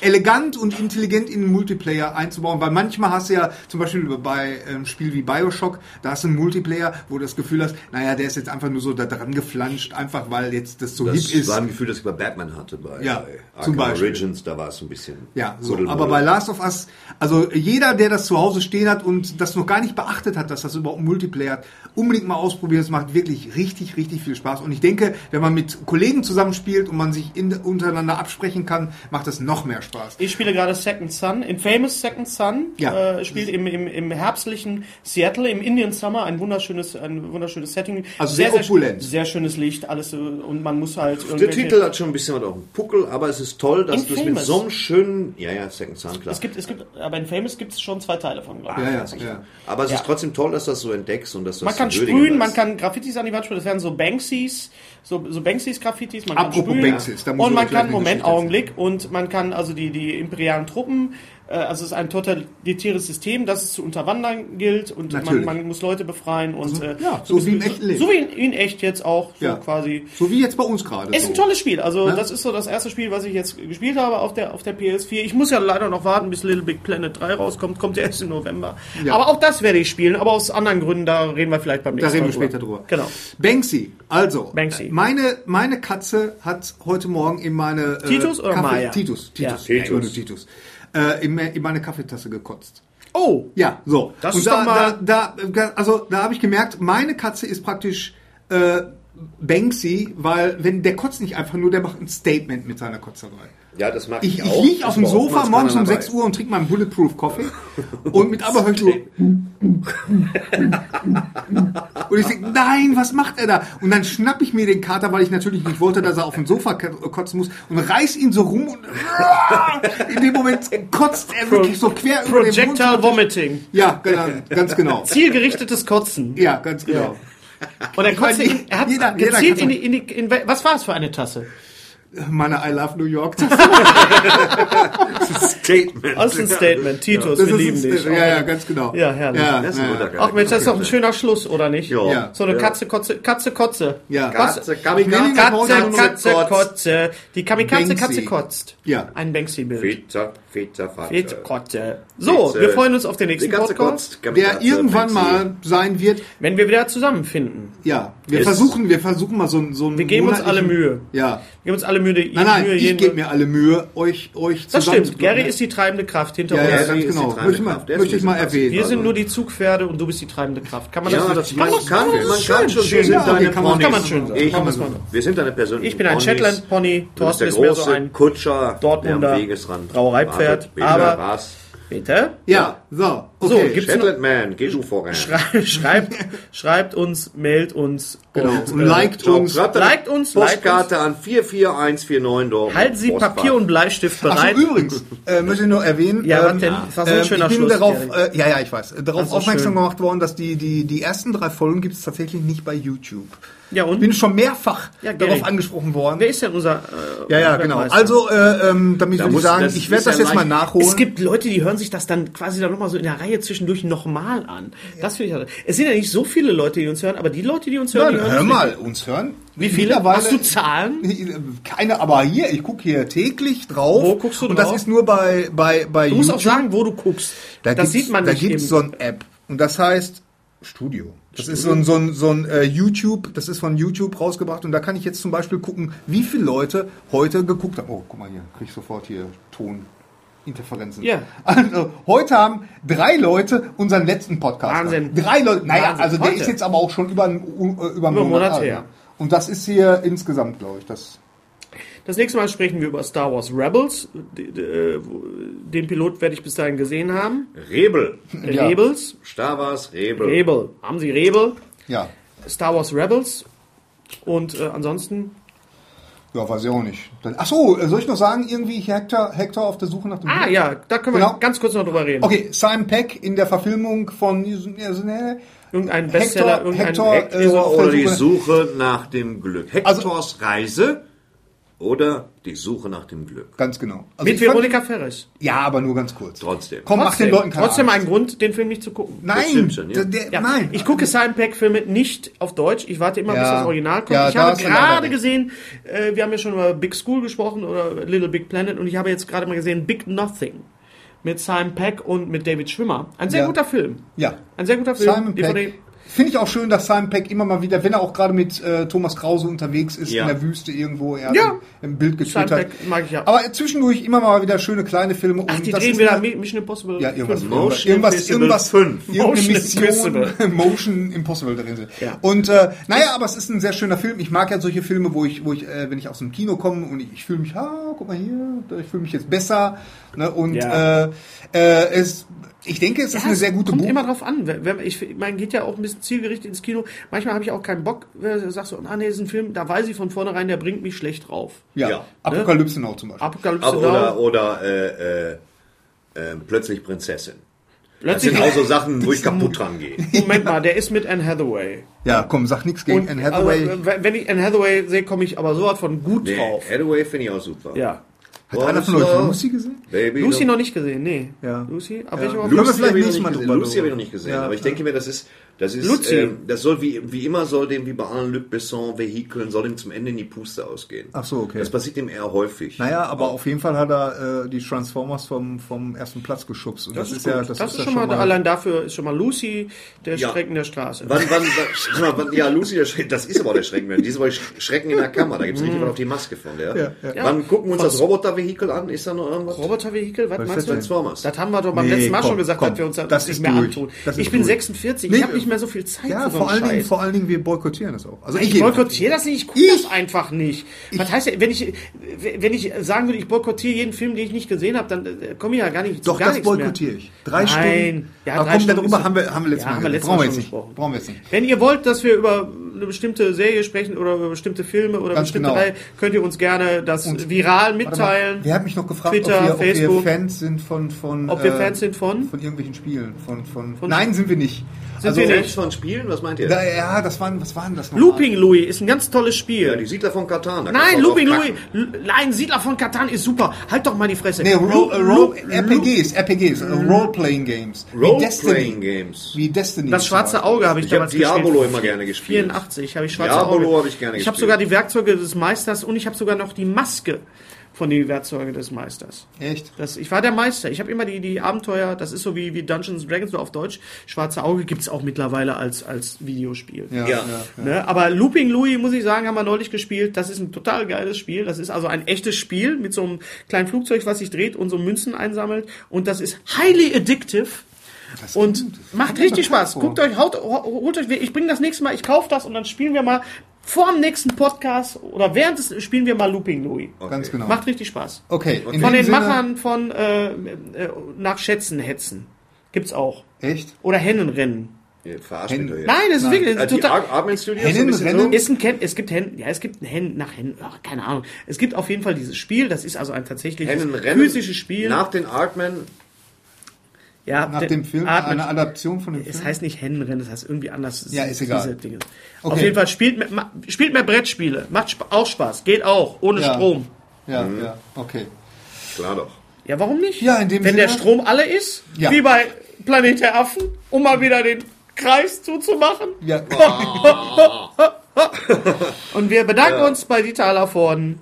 S7: elegant und intelligent in den Multiplayer einzubauen, weil manchmal hast du ja zum Beispiel bei einem Spiel wie Bioshock, da hast du einen Multiplayer, wo du das Gefühl hast, naja, der ist jetzt einfach nur so da dran geflanscht, einfach weil jetzt das so hip
S5: Das
S7: ist.
S5: war ein Gefühl, das ich bei Batman hatte. Bei,
S7: Ja,
S5: bei
S7: zum
S5: Arkham
S7: Beispiel.
S5: Origins, da war es ein bisschen...
S7: Ja, so.
S5: Kuddelmuddel.
S7: aber bei Last of Us, also jeder, der das zu Hause stehen hat und das noch gar nicht beachtet hat, dass das überhaupt Multiplayer hat, unbedingt mal ausprobieren. Es macht wirklich richtig, richtig viel Spaß. Und ich denke, wenn man mit Kollegen zusammenspielt und man sich in, untereinander absprechen kann, macht das noch mehr Spaß.
S2: Ich spiele gerade Second Sun, Infamous Second Sun.
S7: Ja.
S2: Äh, spielt im, im, im herbstlichen Seattle, im Indian Summer, ein wunderschönes, ein wunderschönes Setting.
S7: Also sehr opulent.
S2: Sehr, schönes Licht, alles so, und man muss halt
S5: Der
S2: irgendwelche-
S5: Titel hat schon ein bisschen was auf dem Puckel, aber es ist toll, dass du es mit
S2: Infamous.
S5: so einem schönen... Ja, ja, Second Son, klar.
S2: Es gibt, es gibt, aber in Famous gibt es schon zwei Teile von, glaube ich.
S7: Ja, ja,
S5: sicher.
S7: ja.
S5: Aber es
S2: Ja.
S5: ist trotzdem toll, dass du das so entdeckst und dass du
S2: Man
S5: das
S2: kann
S5: zu würdigen
S2: sprühen, man
S5: weißt.
S2: kann Graffitis an die Wand sprühen, das wären so Banksys, so, so Banksys-Graffitis, man
S7: Apropos
S2: kann sprühen.
S7: Banksys, da muss
S2: und
S7: ich
S2: man
S7: euch gleich
S2: kann,
S7: eine
S2: Moment,
S7: Geschichte
S2: Augenblick, und man kann also die, die imperialen Truppen äh, also es ist ein totalitäres System, das es zu unterwandern gilt und man,
S7: Natürlich. Mhm.
S2: man muss Leute befreien und äh,
S7: ja, so
S2: ist-
S7: wie im echten Leben.
S2: So wie in, in echt jetzt auch, so
S7: Ja.
S2: quasi.
S7: So wie jetzt bei uns gerade.
S2: Ist
S7: so.
S2: ein tolles Spiel. Also
S7: Ne?
S2: das ist so das erste Spiel, was ich jetzt gespielt habe auf der, auf der PS4. Ich muss ja leider noch warten, bis Little Big Planet 3 rauskommt. Kommt ja erst im November.
S7: Ja.
S2: Aber auch das werde ich spielen. Aber aus anderen Gründen, da reden wir vielleicht beim
S7: Da
S2: nächsten
S7: reden
S2: Mal.
S7: wir später drüber.
S2: Genau.
S7: Banksy, also.
S2: Banksy.
S7: Meine, meine Katze hat heute Morgen in meine. äh,
S2: Titus oder
S7: Kaffee-
S2: Maya?
S7: Titus.
S2: Ja.
S7: Titus. Ja. Titus. Titus. Äh, in, me- in meine Kaffeetasse gekotzt.
S2: Oh,
S7: Ja, so.
S2: Das
S7: Und
S2: ist
S7: da,
S2: doch mal-
S7: Da, da, also, da habe ich gemerkt, meine Katze ist praktisch äh, Banksy, weil wenn der kotzt nicht einfach nur, der macht ein Statement mit seiner Kotzerei.
S5: Ja, das mag
S7: Ich,
S5: ich,
S7: ich
S5: auch.
S7: liege auf dem
S5: Das war
S7: Sofa
S5: oftmals
S7: morgens um
S5: keiner
S7: 6
S5: dabei.
S7: Uhr und trinke meinen Bulletproof
S5: <laughs>
S7: Coffee und mit aber höre ich nur und ich denke, nein, was macht er da? Und dann schnapp ich mir den Kater, weil ich natürlich nicht wollte, dass er auf dem Sofa k- kotzen muss und reiß ihn so rum und <laughs> in dem Moment kotzt er wirklich so quer über den Mund.
S2: Projectile Vomiting.
S7: Ja, genau, ganz genau.
S2: Zielgerichtetes Kotzen.
S7: Ja, ganz genau.
S2: Und er, konnte,
S7: weiß nicht,
S2: ihn- er hat
S7: jeder- jeder
S2: gezielt
S7: kann
S2: in, die, in, die, in wel- Was war es für eine Tasse?
S7: Meine I Love New York. Das,
S5: Statement.
S2: Das ist ein Statement. Titus, wir lieben
S7: ein-
S2: dich.
S7: Ja, ja, ganz genau.
S2: Ja, herrlich.
S7: Ja,
S5: Das ist ein guter
S2: Ach Mensch, das ist doch ein schöner Schluss, oder nicht?
S7: Ja.
S2: So eine Katze, Kotze, Katze, Kotze.
S7: Ja.
S2: Was?
S5: Katze, Kamikaze,
S7: Katze,
S2: Katze,
S7: Katze,
S2: Katze, Kotze. Die Kamikaze,
S7: Banksy.
S2: Katze kotzt.
S7: Ja.
S2: Ein Banksy-Bild.
S5: Feta, Feta,
S2: Fete
S5: Feta.
S2: Kotze. So,
S5: Fete.
S7: äh,
S2: wir freuen uns auf den nächsten Podcast,
S7: Der irgendwann mal sein wird.
S2: wenn wir wieder zusammenfinden.
S7: Ja, wir
S5: Ist-
S7: versuchen, wir versuchen mal so ein so
S2: Wir geben uns alle Mühe.
S7: Ja.
S2: Wir geben uns alle Mühe. die-
S7: Nein, nein,
S2: Mühe
S7: ich
S2: jeden-
S7: gebe mir alle Mühe, euch euch
S2: Das stimmt.
S7: zusammenzubringen.
S2: Gary ist die treibende Kraft hinter
S7: ja,
S2: uns.
S7: ja,
S5: Gary
S7: ganz
S5: ist die
S7: genau.
S5: treibende
S7: Möchte ich mal,
S5: Kraft. Der ist
S7: möchte ich mal
S5: diese Kraft.
S7: erwähnen.
S2: Wir sind
S7: Also,
S2: nur die Zugpferde und du bist die treibende Kraft. Kann man das
S5: Ja,
S2: so-
S5: das
S2: kann
S5: man
S2: man-
S5: kann, man kann schon. Wir
S7: schön.
S5: sind
S7: Ja,
S5: deine
S7: kann man-
S5: Ponys.
S2: kann man schön sagen.
S5: Ich,
S2: Kann man sagen.
S5: wir sind deine persönlichen
S2: Ich bin ein
S5: Ponys.
S2: Shetland-Pony,
S5: Du bist
S2: Thorsten
S5: der
S2: ist mehr so
S5: große
S2: ein...
S5: Kutscher,
S2: Dortmunder
S5: der am Wegesrand
S2: Brauereipferd,
S5: wartet. Peter,
S2: aber-
S5: was?
S7: <laughs>
S2: Bitte? <laughs>
S7: ja, so.
S2: So,
S7: Okay.
S2: gibt's noch,
S5: Shetland Man, geh du voran.
S2: schreibt, schreibt uns, mailt uns.
S7: genau.
S2: Und,
S7: Und
S2: äh,
S7: liked
S5: So,
S7: uns.
S5: schreibt
S2: Liked
S5: eine
S2: uns,
S5: Postkarte an 44149 Dortmund.
S2: Halten Sie
S5: Postfach.
S2: Papier und Bleistift
S7: Ach
S2: bereit.
S7: so, übrigens, äh, möchte ich nur erwähnen,
S2: Ja, was denn? Das war so ein
S7: ähm,
S2: schöner
S7: ich bin
S2: Schluss,
S7: darauf,
S2: Erik.
S7: äh, ja, ja, ich weiß, äh, darauf
S2: Das ist
S7: aufmerksam
S2: schön.
S7: gemacht worden, dass die, die, die ersten drei Folgen gibt es tatsächlich nicht bei YouTube.
S2: Ja, und?
S7: Ich bin schon mehrfach
S2: Ja, Gary.
S7: darauf angesprochen worden.
S2: Wer ist denn unser. Äh,
S7: Ja, ja, genau.
S2: Weltmeister?
S7: Also, äh, ähm, damit würde ich
S5: muss-
S7: sagen,
S5: das
S7: ich werde
S5: ist ja
S7: das jetzt mal
S5: leicht-
S7: nachholen.
S2: Es gibt Leute, die hören sich das dann quasi dann nochmal so in der Reihe zwischendurch nochmal an. Das finde ich halt. Es sind ja nicht so viele Leute, die uns hören, aber die Leute, die uns
S7: Nein,
S2: hören, die hören
S7: hör
S2: sich-
S7: mal, uns hören.
S2: Wie viele? Hast du Zahlen?
S7: äh, Keine, aber hier, ich gucke hier täglich drauf.
S2: Wo guckst du
S7: Und
S2: drauf?
S7: das ist nur bei, bei, bei
S2: Du musst auch sagen, wo du guckst.
S7: Da
S2: das
S7: gibt's-
S2: sieht man
S7: Da
S2: nicht
S7: gibt
S2: eben.
S7: es so ein App. Und das heißt Studio. Das ist so ein, so ein, so ein äh, YouTube, das ist von YouTube rausgebracht und da kann ich jetzt zum Beispiel gucken, wie viele Leute heute geguckt haben. Oh, guck mal hier, krieg ich sofort hier Toninterferenzen.
S2: Ja.
S7: Also, heute haben drei Leute unseren letzten Podcast.
S2: Wahnsinn.
S7: Drei Leute. Naja,
S2: Wahnsinn.
S7: also der
S2: Heute.
S7: ist jetzt aber auch schon über einen, über einen Monat,
S2: einen Monat
S7: alt. ne?
S2: her.
S7: Und das ist hier insgesamt, glaube ich, das.
S2: Das nächste Mal sprechen wir über Star Wars Rebels. D- d- äh, Den Pilot werde ich bis dahin gesehen haben. Äh,
S5: Rebel.
S2: Rebels.
S5: Stavas Rebel.
S2: Rebel. Haben Sie Rebel?
S7: Ja.
S2: Star Wars Rebels. Und äh, ansonsten.
S7: Ja, weiß ich auch nicht. Dann, ach so, äh, soll ich noch sagen, irgendwie Hector, Hector auf der Suche nach dem
S2: Ah ja, da können wir
S7: Genau.
S2: ganz kurz noch drüber reden.
S7: Okay, Simon Peck in der Verfilmung von
S2: Irgendein Bestseller, irgendein
S7: Hector,
S2: Hector,
S7: äh,
S5: Hector oder die
S7: Versuche-
S5: Suche nach dem Glück.
S2: Also-
S5: Hectors Reise oder die Suche nach dem Glück.
S7: Ganz genau. Also
S2: Mit
S7: ich fand-
S2: Veronika Ferres.
S7: Ja, aber nur ganz kurz.
S5: Trotzdem.
S7: Komm, mach den Leuten keine
S2: trotzdem ein
S7: Angst.
S2: Grund, den Film nicht zu gucken.
S7: Nein,
S5: stimmt schon, ja.
S7: der- der-
S2: Ja,
S7: nein.
S2: Ich gucke Simon Peck Filme nicht auf Deutsch. Ich warte immer,
S7: Ja.
S2: bis das Original kommt.
S7: Ja,
S2: ich
S7: da
S2: habe
S7: hast du leider
S2: gerade
S7: recht.
S2: gesehen, äh, wir haben ja schon über Big School gesprochen oder Little Big Planet und ich habe jetzt gerade mal gesehen Big Nothing mit Simon Peck und mit David Schwimmer. Ein sehr
S7: Ja.
S2: guter Film.
S7: Ja.
S2: Ein sehr guter Film.
S7: Simon Peck. Finde ich auch schön, dass Simon Peck immer mal wieder, wenn er auch gerade mit äh, Thomas Krause unterwegs ist,
S5: Ja.
S7: in der Wüste irgendwo, er hat
S2: Ja.
S7: im, im Bild
S2: Simon
S7: getwittert.
S2: Peck mag ich ja.
S7: Aber zwischendurch immer mal wieder schöne kleine Filme.
S2: Ach, die
S7: das
S2: drehen
S7: ist
S2: wieder
S7: eine-
S2: Mi- Mission Impossible.
S7: Ja, irgendwas.
S2: fünf.
S5: Motion
S7: irgendwas,
S5: Impossible
S7: irgendwas,
S5: 5.
S7: irgendeine
S2: Motion
S7: Mission. <laughs>
S2: Impossible.
S7: Motion Impossible drin sind.
S2: Ja.
S7: Und, äh, naja, aber es ist ein sehr schöner Film. Ich mag ja solche Filme, wo ich, wo ich, äh, wenn ich aus dem Kino komme und ich, ich fühle mich, ah, guck mal hier, ich fühle mich jetzt besser, ne, und,
S2: Ja.
S7: äh, äh, es, ich denke, es ist
S2: Ja,
S7: eine
S2: es
S7: sehr gute
S2: kommt
S7: Buch-
S2: immer drauf an. Wenn- wenn- Ich, man geht ja auch ein bisschen zielgerichtet ins Kino. Manchmal habe ich auch keinen Bock. Äh, Sagst du, ah nee, ist ein Film, da weiß ich von vornherein, der bringt mich schlecht drauf.
S7: Ja.
S5: Ja.
S7: Apokalypse Now zum Beispiel.
S2: Apokalypse
S5: Aber oder
S7: Genau.
S2: Now.
S5: oder äh, äh, äh, plötzlich Prinzessin. Das
S2: Plötzlich,
S5: sind auch so Sachen, wo ich kaputt dran gehe.
S2: <laughs> Moment mal, der ist mit Anne Hathaway.
S7: ja, komm, sag nichts gegen Anne Hathaway.
S2: Also, wenn ich Anne Hathaway sehe, komme ich aber sowas von gut
S5: Nee, äh,
S2: drauf.
S5: Hathaway finde ich auch super.
S2: Ja.
S7: Hat einer von euch Lucy gesehen?
S5: Baby, ne?
S2: Lucy noch nicht gesehen, nee.
S7: Ja.
S2: Lucy? Ab
S7: Ja.
S2: welchem
S7: Lu-
S2: Auftrag?
S7: Können wir
S5: Lucy
S7: vielleicht
S5: habe ich,
S7: nächstes
S5: noch
S7: Mal
S5: nicht gesehen.
S7: drüber
S5: Lucy habe ich
S7: reden.
S5: noch nicht gesehen,
S7: Ja.
S5: aber ich denke mir, das ist, das ist,
S2: Lucy.
S5: ähm, das soll wie, wie immer soll dem, wie bei allen Luc Besson Vehikeln, soll dem zum Ende in die Puste ausgehen.
S7: Ach so, okay.
S5: Das passiert ihm eher häufig.
S7: Naja, aber auf jeden Fall hat er äh, die Transformers vom, vom ersten Platz geschubst. Und das, ist, ja,
S2: gut.
S7: das, ist, ja
S2: schon mal, allein dafür ist schon mal Lucy, der
S5: Ja.
S2: Strecken der Straße.
S5: Wann, wann, wann, sag mal, wann, ja, Lucy, der Schrecken, das ist aber auch der Schrecken. Die ist aber Schrecken in der Kammer, da gibt es richtig was auf die Maske von der.
S7: Mhm. Ja, ja.
S5: Wann gucken wir uns das Robotervehikel an? Ist da noch irgendwas?
S2: Robotervehikel, was meinst du?
S7: feststellen.
S5: Transformers.
S2: Das haben wir doch beim
S7: Nee,
S2: letzten Mal
S7: komm,
S2: schon gesagt,
S7: komm.
S2: dass wir uns das,
S7: Das
S2: nicht
S7: ist
S2: mehr
S7: durch.
S2: antun.
S7: Das
S2: Ich
S7: ist
S2: bin
S7: durch.
S2: 46,
S7: Nee,
S2: ich habe
S7: äh,
S2: nicht mehr so viel Zeit
S7: Ja,
S2: für so
S7: vor
S2: einen
S7: allen, Dingen,
S2: Scheiß.
S7: vor allen Dingen, wir boykottieren das auch. Also
S2: Ich
S7: jedenfalls.
S2: boykottiere das nicht, ich gucke das einfach nicht. Was heißt denn, wenn ich, wenn ich sagen würde, ich boykottiere jeden Film, den ich nicht gesehen habe, dann äh, komme ich ja gar nicht
S7: Doch,
S2: zu gar
S7: das
S2: nichts mehr.
S7: boykottiere ich. Drei
S2: Nein.
S7: Stunden.
S2: Ja,
S7: Aber
S2: drei
S7: komm,
S2: Stunden
S7: darüber
S2: ist-
S7: haben wir, haben wir letztes
S2: Ja,
S7: Mal
S2: haben wir
S7: geredet.
S2: letztes
S7: Brauchen
S2: Mal
S7: wir jetzt
S2: schon
S7: nicht.
S2: gesprochen.
S7: Brauchen wir jetzt nicht.
S2: Wenn ihr wollt, dass wir über eine bestimmte Serie sprechen oder über bestimmte Filme oder
S7: Ganz
S2: bestimmte
S7: genau.
S2: Reihe, könnt ihr uns gerne das viral
S7: Warte mal,
S2: mitteilen.
S7: Wer hat mich noch gefragt,
S2: Twitter,
S7: ob, wir, ob wir
S2: Facebook.
S7: Fans sind von, von
S2: Ob wir
S7: äh,
S2: Fans sind von?
S7: von irgendwelchen Spielen? Von, von, Nein, sind also wir nicht.
S2: Sind wir nicht.
S5: Fans Also von Spielen? Was meint ihr?
S7: Na, ja, das waren, was waren das nochmal?
S2: Looping Louis ist ein ganz tolles Spiel.
S5: Ja, die Siedler von Katan. da kannst
S2: Nein,
S5: du auch
S2: Looping Louis,
S5: draufpacken.
S2: L- nein, Siedler von Katan ist super. Halt doch mal die Fresse.
S7: Nee, Ro
S2: Lu-
S7: äh, Ro
S2: Lu-
S7: RPGs, RPGs, äh,
S2: Mhm.
S7: Role-Playing Games. Wie
S5: Role-Playing Games.
S7: Wie Destiny.
S2: Das schwarze Auge habe ich,
S5: Ich habe
S2: damals
S5: Diabolo
S2: gespielt.
S5: immer gerne gespielt.
S2: 84 habe ich schwarze
S5: Diabolo
S2: Auge.
S5: habe ich gerne
S2: Ich habe
S5: gespielt.
S2: sogar die Werkzeuge des Meisters und ich habe sogar noch die Maske von den Werkzeugen des Meisters.
S7: Echt?
S2: Das, ich war der Meister. Ich habe immer die, die Abenteuer, das ist so wie, wie Dungeons and Dragons so auf Deutsch. Schwarze Auge gibt's auch mittlerweile als, als Videospiel.
S7: Ja,
S5: Ja.
S7: ja.
S2: Ne? Aber Looping Louis, muss ich sagen, haben wir neulich gespielt. Das ist ein total geiles Spiel. Das ist also ein echtes Spiel mit so einem kleinen Flugzeug, was sich dreht und so Münzen einsammelt. Und das ist highly addictive. und macht richtig Spaß. Guckt euch, haut, holt euch, ich bringe das nächste Mal, ich kaufe das und dann spielen wir mal vor dem nächsten Podcast oder während des spielen wir mal Looping Louis.
S7: Ganz genau.
S2: Macht richtig Spaß.
S7: okay, in
S2: Von
S7: dem
S2: den
S7: Sinne-
S2: Machern von äh, äh, nach Schätzen hetzen. Gibt's auch.
S7: Echt?
S2: Oder Hennenrennen.
S5: Ihr Verarscht mich doch jetzt.
S2: Nein, es ist wirklich
S5: Ja,
S7: Also
S2: es ist
S5: die
S2: total.
S5: Ar- Armin Studios ist ein bisschen
S7: Rennen?
S5: so.
S2: Ist ein Ken es gibt Hen ja, es gibt ein Hen nach Hen ach, keine Ahnung. Es gibt auf jeden Fall dieses Spiel, das ist also ein tatsächliches
S5: Hennenrennen
S2: physisches Spiel.
S5: Nach den Artmen.
S2: ja,
S7: Nach
S2: der-
S7: dem Film,
S2: Atmen-
S7: eine Adaption von dem
S2: es
S7: Film.
S2: heißt nicht Hennenrennen, das heißt irgendwie anders.
S7: Ja, ist egal.
S2: diese Dinge. Auf
S7: Okay.
S2: jeden Fall spielt mehr, ma- spielt mehr Brettspiele, macht spa auch Spaß, geht auch ohne
S7: Ja.
S2: Strom.
S7: Ja, ja, okay.
S5: Klar doch.
S2: Ja, warum nicht?
S7: Ja, in dem
S2: Wenn
S7: Sinne-
S2: der Strom alle ist,
S7: Ja.
S2: wie bei Planet der Affen, um mal wieder den Kreis zuzumachen.
S7: Ja,
S2: <laughs> Und wir bedanken uns bei Dieter Allervorden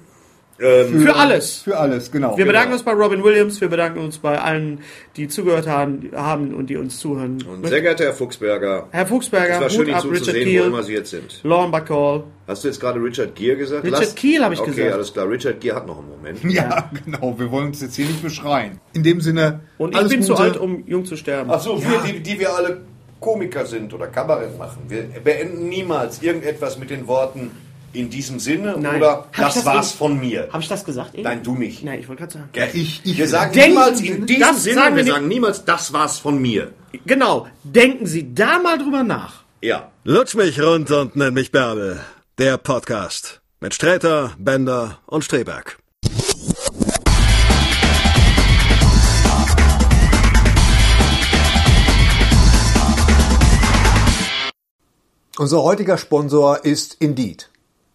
S5: Ähm,
S2: für alles.
S7: für alles, genau.
S2: Wir bedanken uns bei Robin Williams, wir bedanken uns bei allen, die zugehört haben, haben und die uns zuhören.
S5: und sehr geehrter Herr Fuchsberger,
S2: Herr
S5: es
S2: Fuchsberger,
S5: war schön,
S2: Hut
S5: Ihnen
S2: ab, Richard
S5: zuzusehen, wo immer
S2: Kiel,
S5: Sie jetzt sind.
S2: Lauren Bacall.
S5: Hast du jetzt gerade Richard Gere gesagt?
S2: Richard Kiel habe ich
S5: okay,
S2: gesagt.
S5: alles klar. Richard Gere hat noch einen Moment.
S7: Ja, <laughs> genau. Wir wollen uns jetzt hier nicht beschreien. In dem Sinne,
S2: Und ich
S7: alles
S2: bin
S7: Gute.
S2: zu alt, um jung zu sterben.
S12: Achso, wir, die, die wir alle Komiker sind oder Kabarett machen. Wir beenden niemals irgendetwas mit den Worten in diesem Sinne
S2: Nein.
S12: oder
S2: Hab ich
S12: das
S2: das
S12: war's
S2: eben-
S12: von mir.
S2: Habe ich das gesagt? eben?
S12: Nein, du nicht.
S2: Nein, ich wollte gerade sagen.
S12: Gell?
S7: Ich- ich-
S12: wir sagen
S2: Denken
S12: niemals
S2: Sie-
S12: in diesem
S2: das
S12: Sinne,
S2: sagen
S12: wir
S2: wir
S12: sagen niemals, das war's von mir.
S2: Genau, denken Sie da mal drüber nach.
S5: Ja.
S3: Lutsch mich rund und nenn mich Bärbel. Der Podcast. Mit Sträter, Bender und Streberg.
S1: Unser heutiger Sponsor ist Indeed.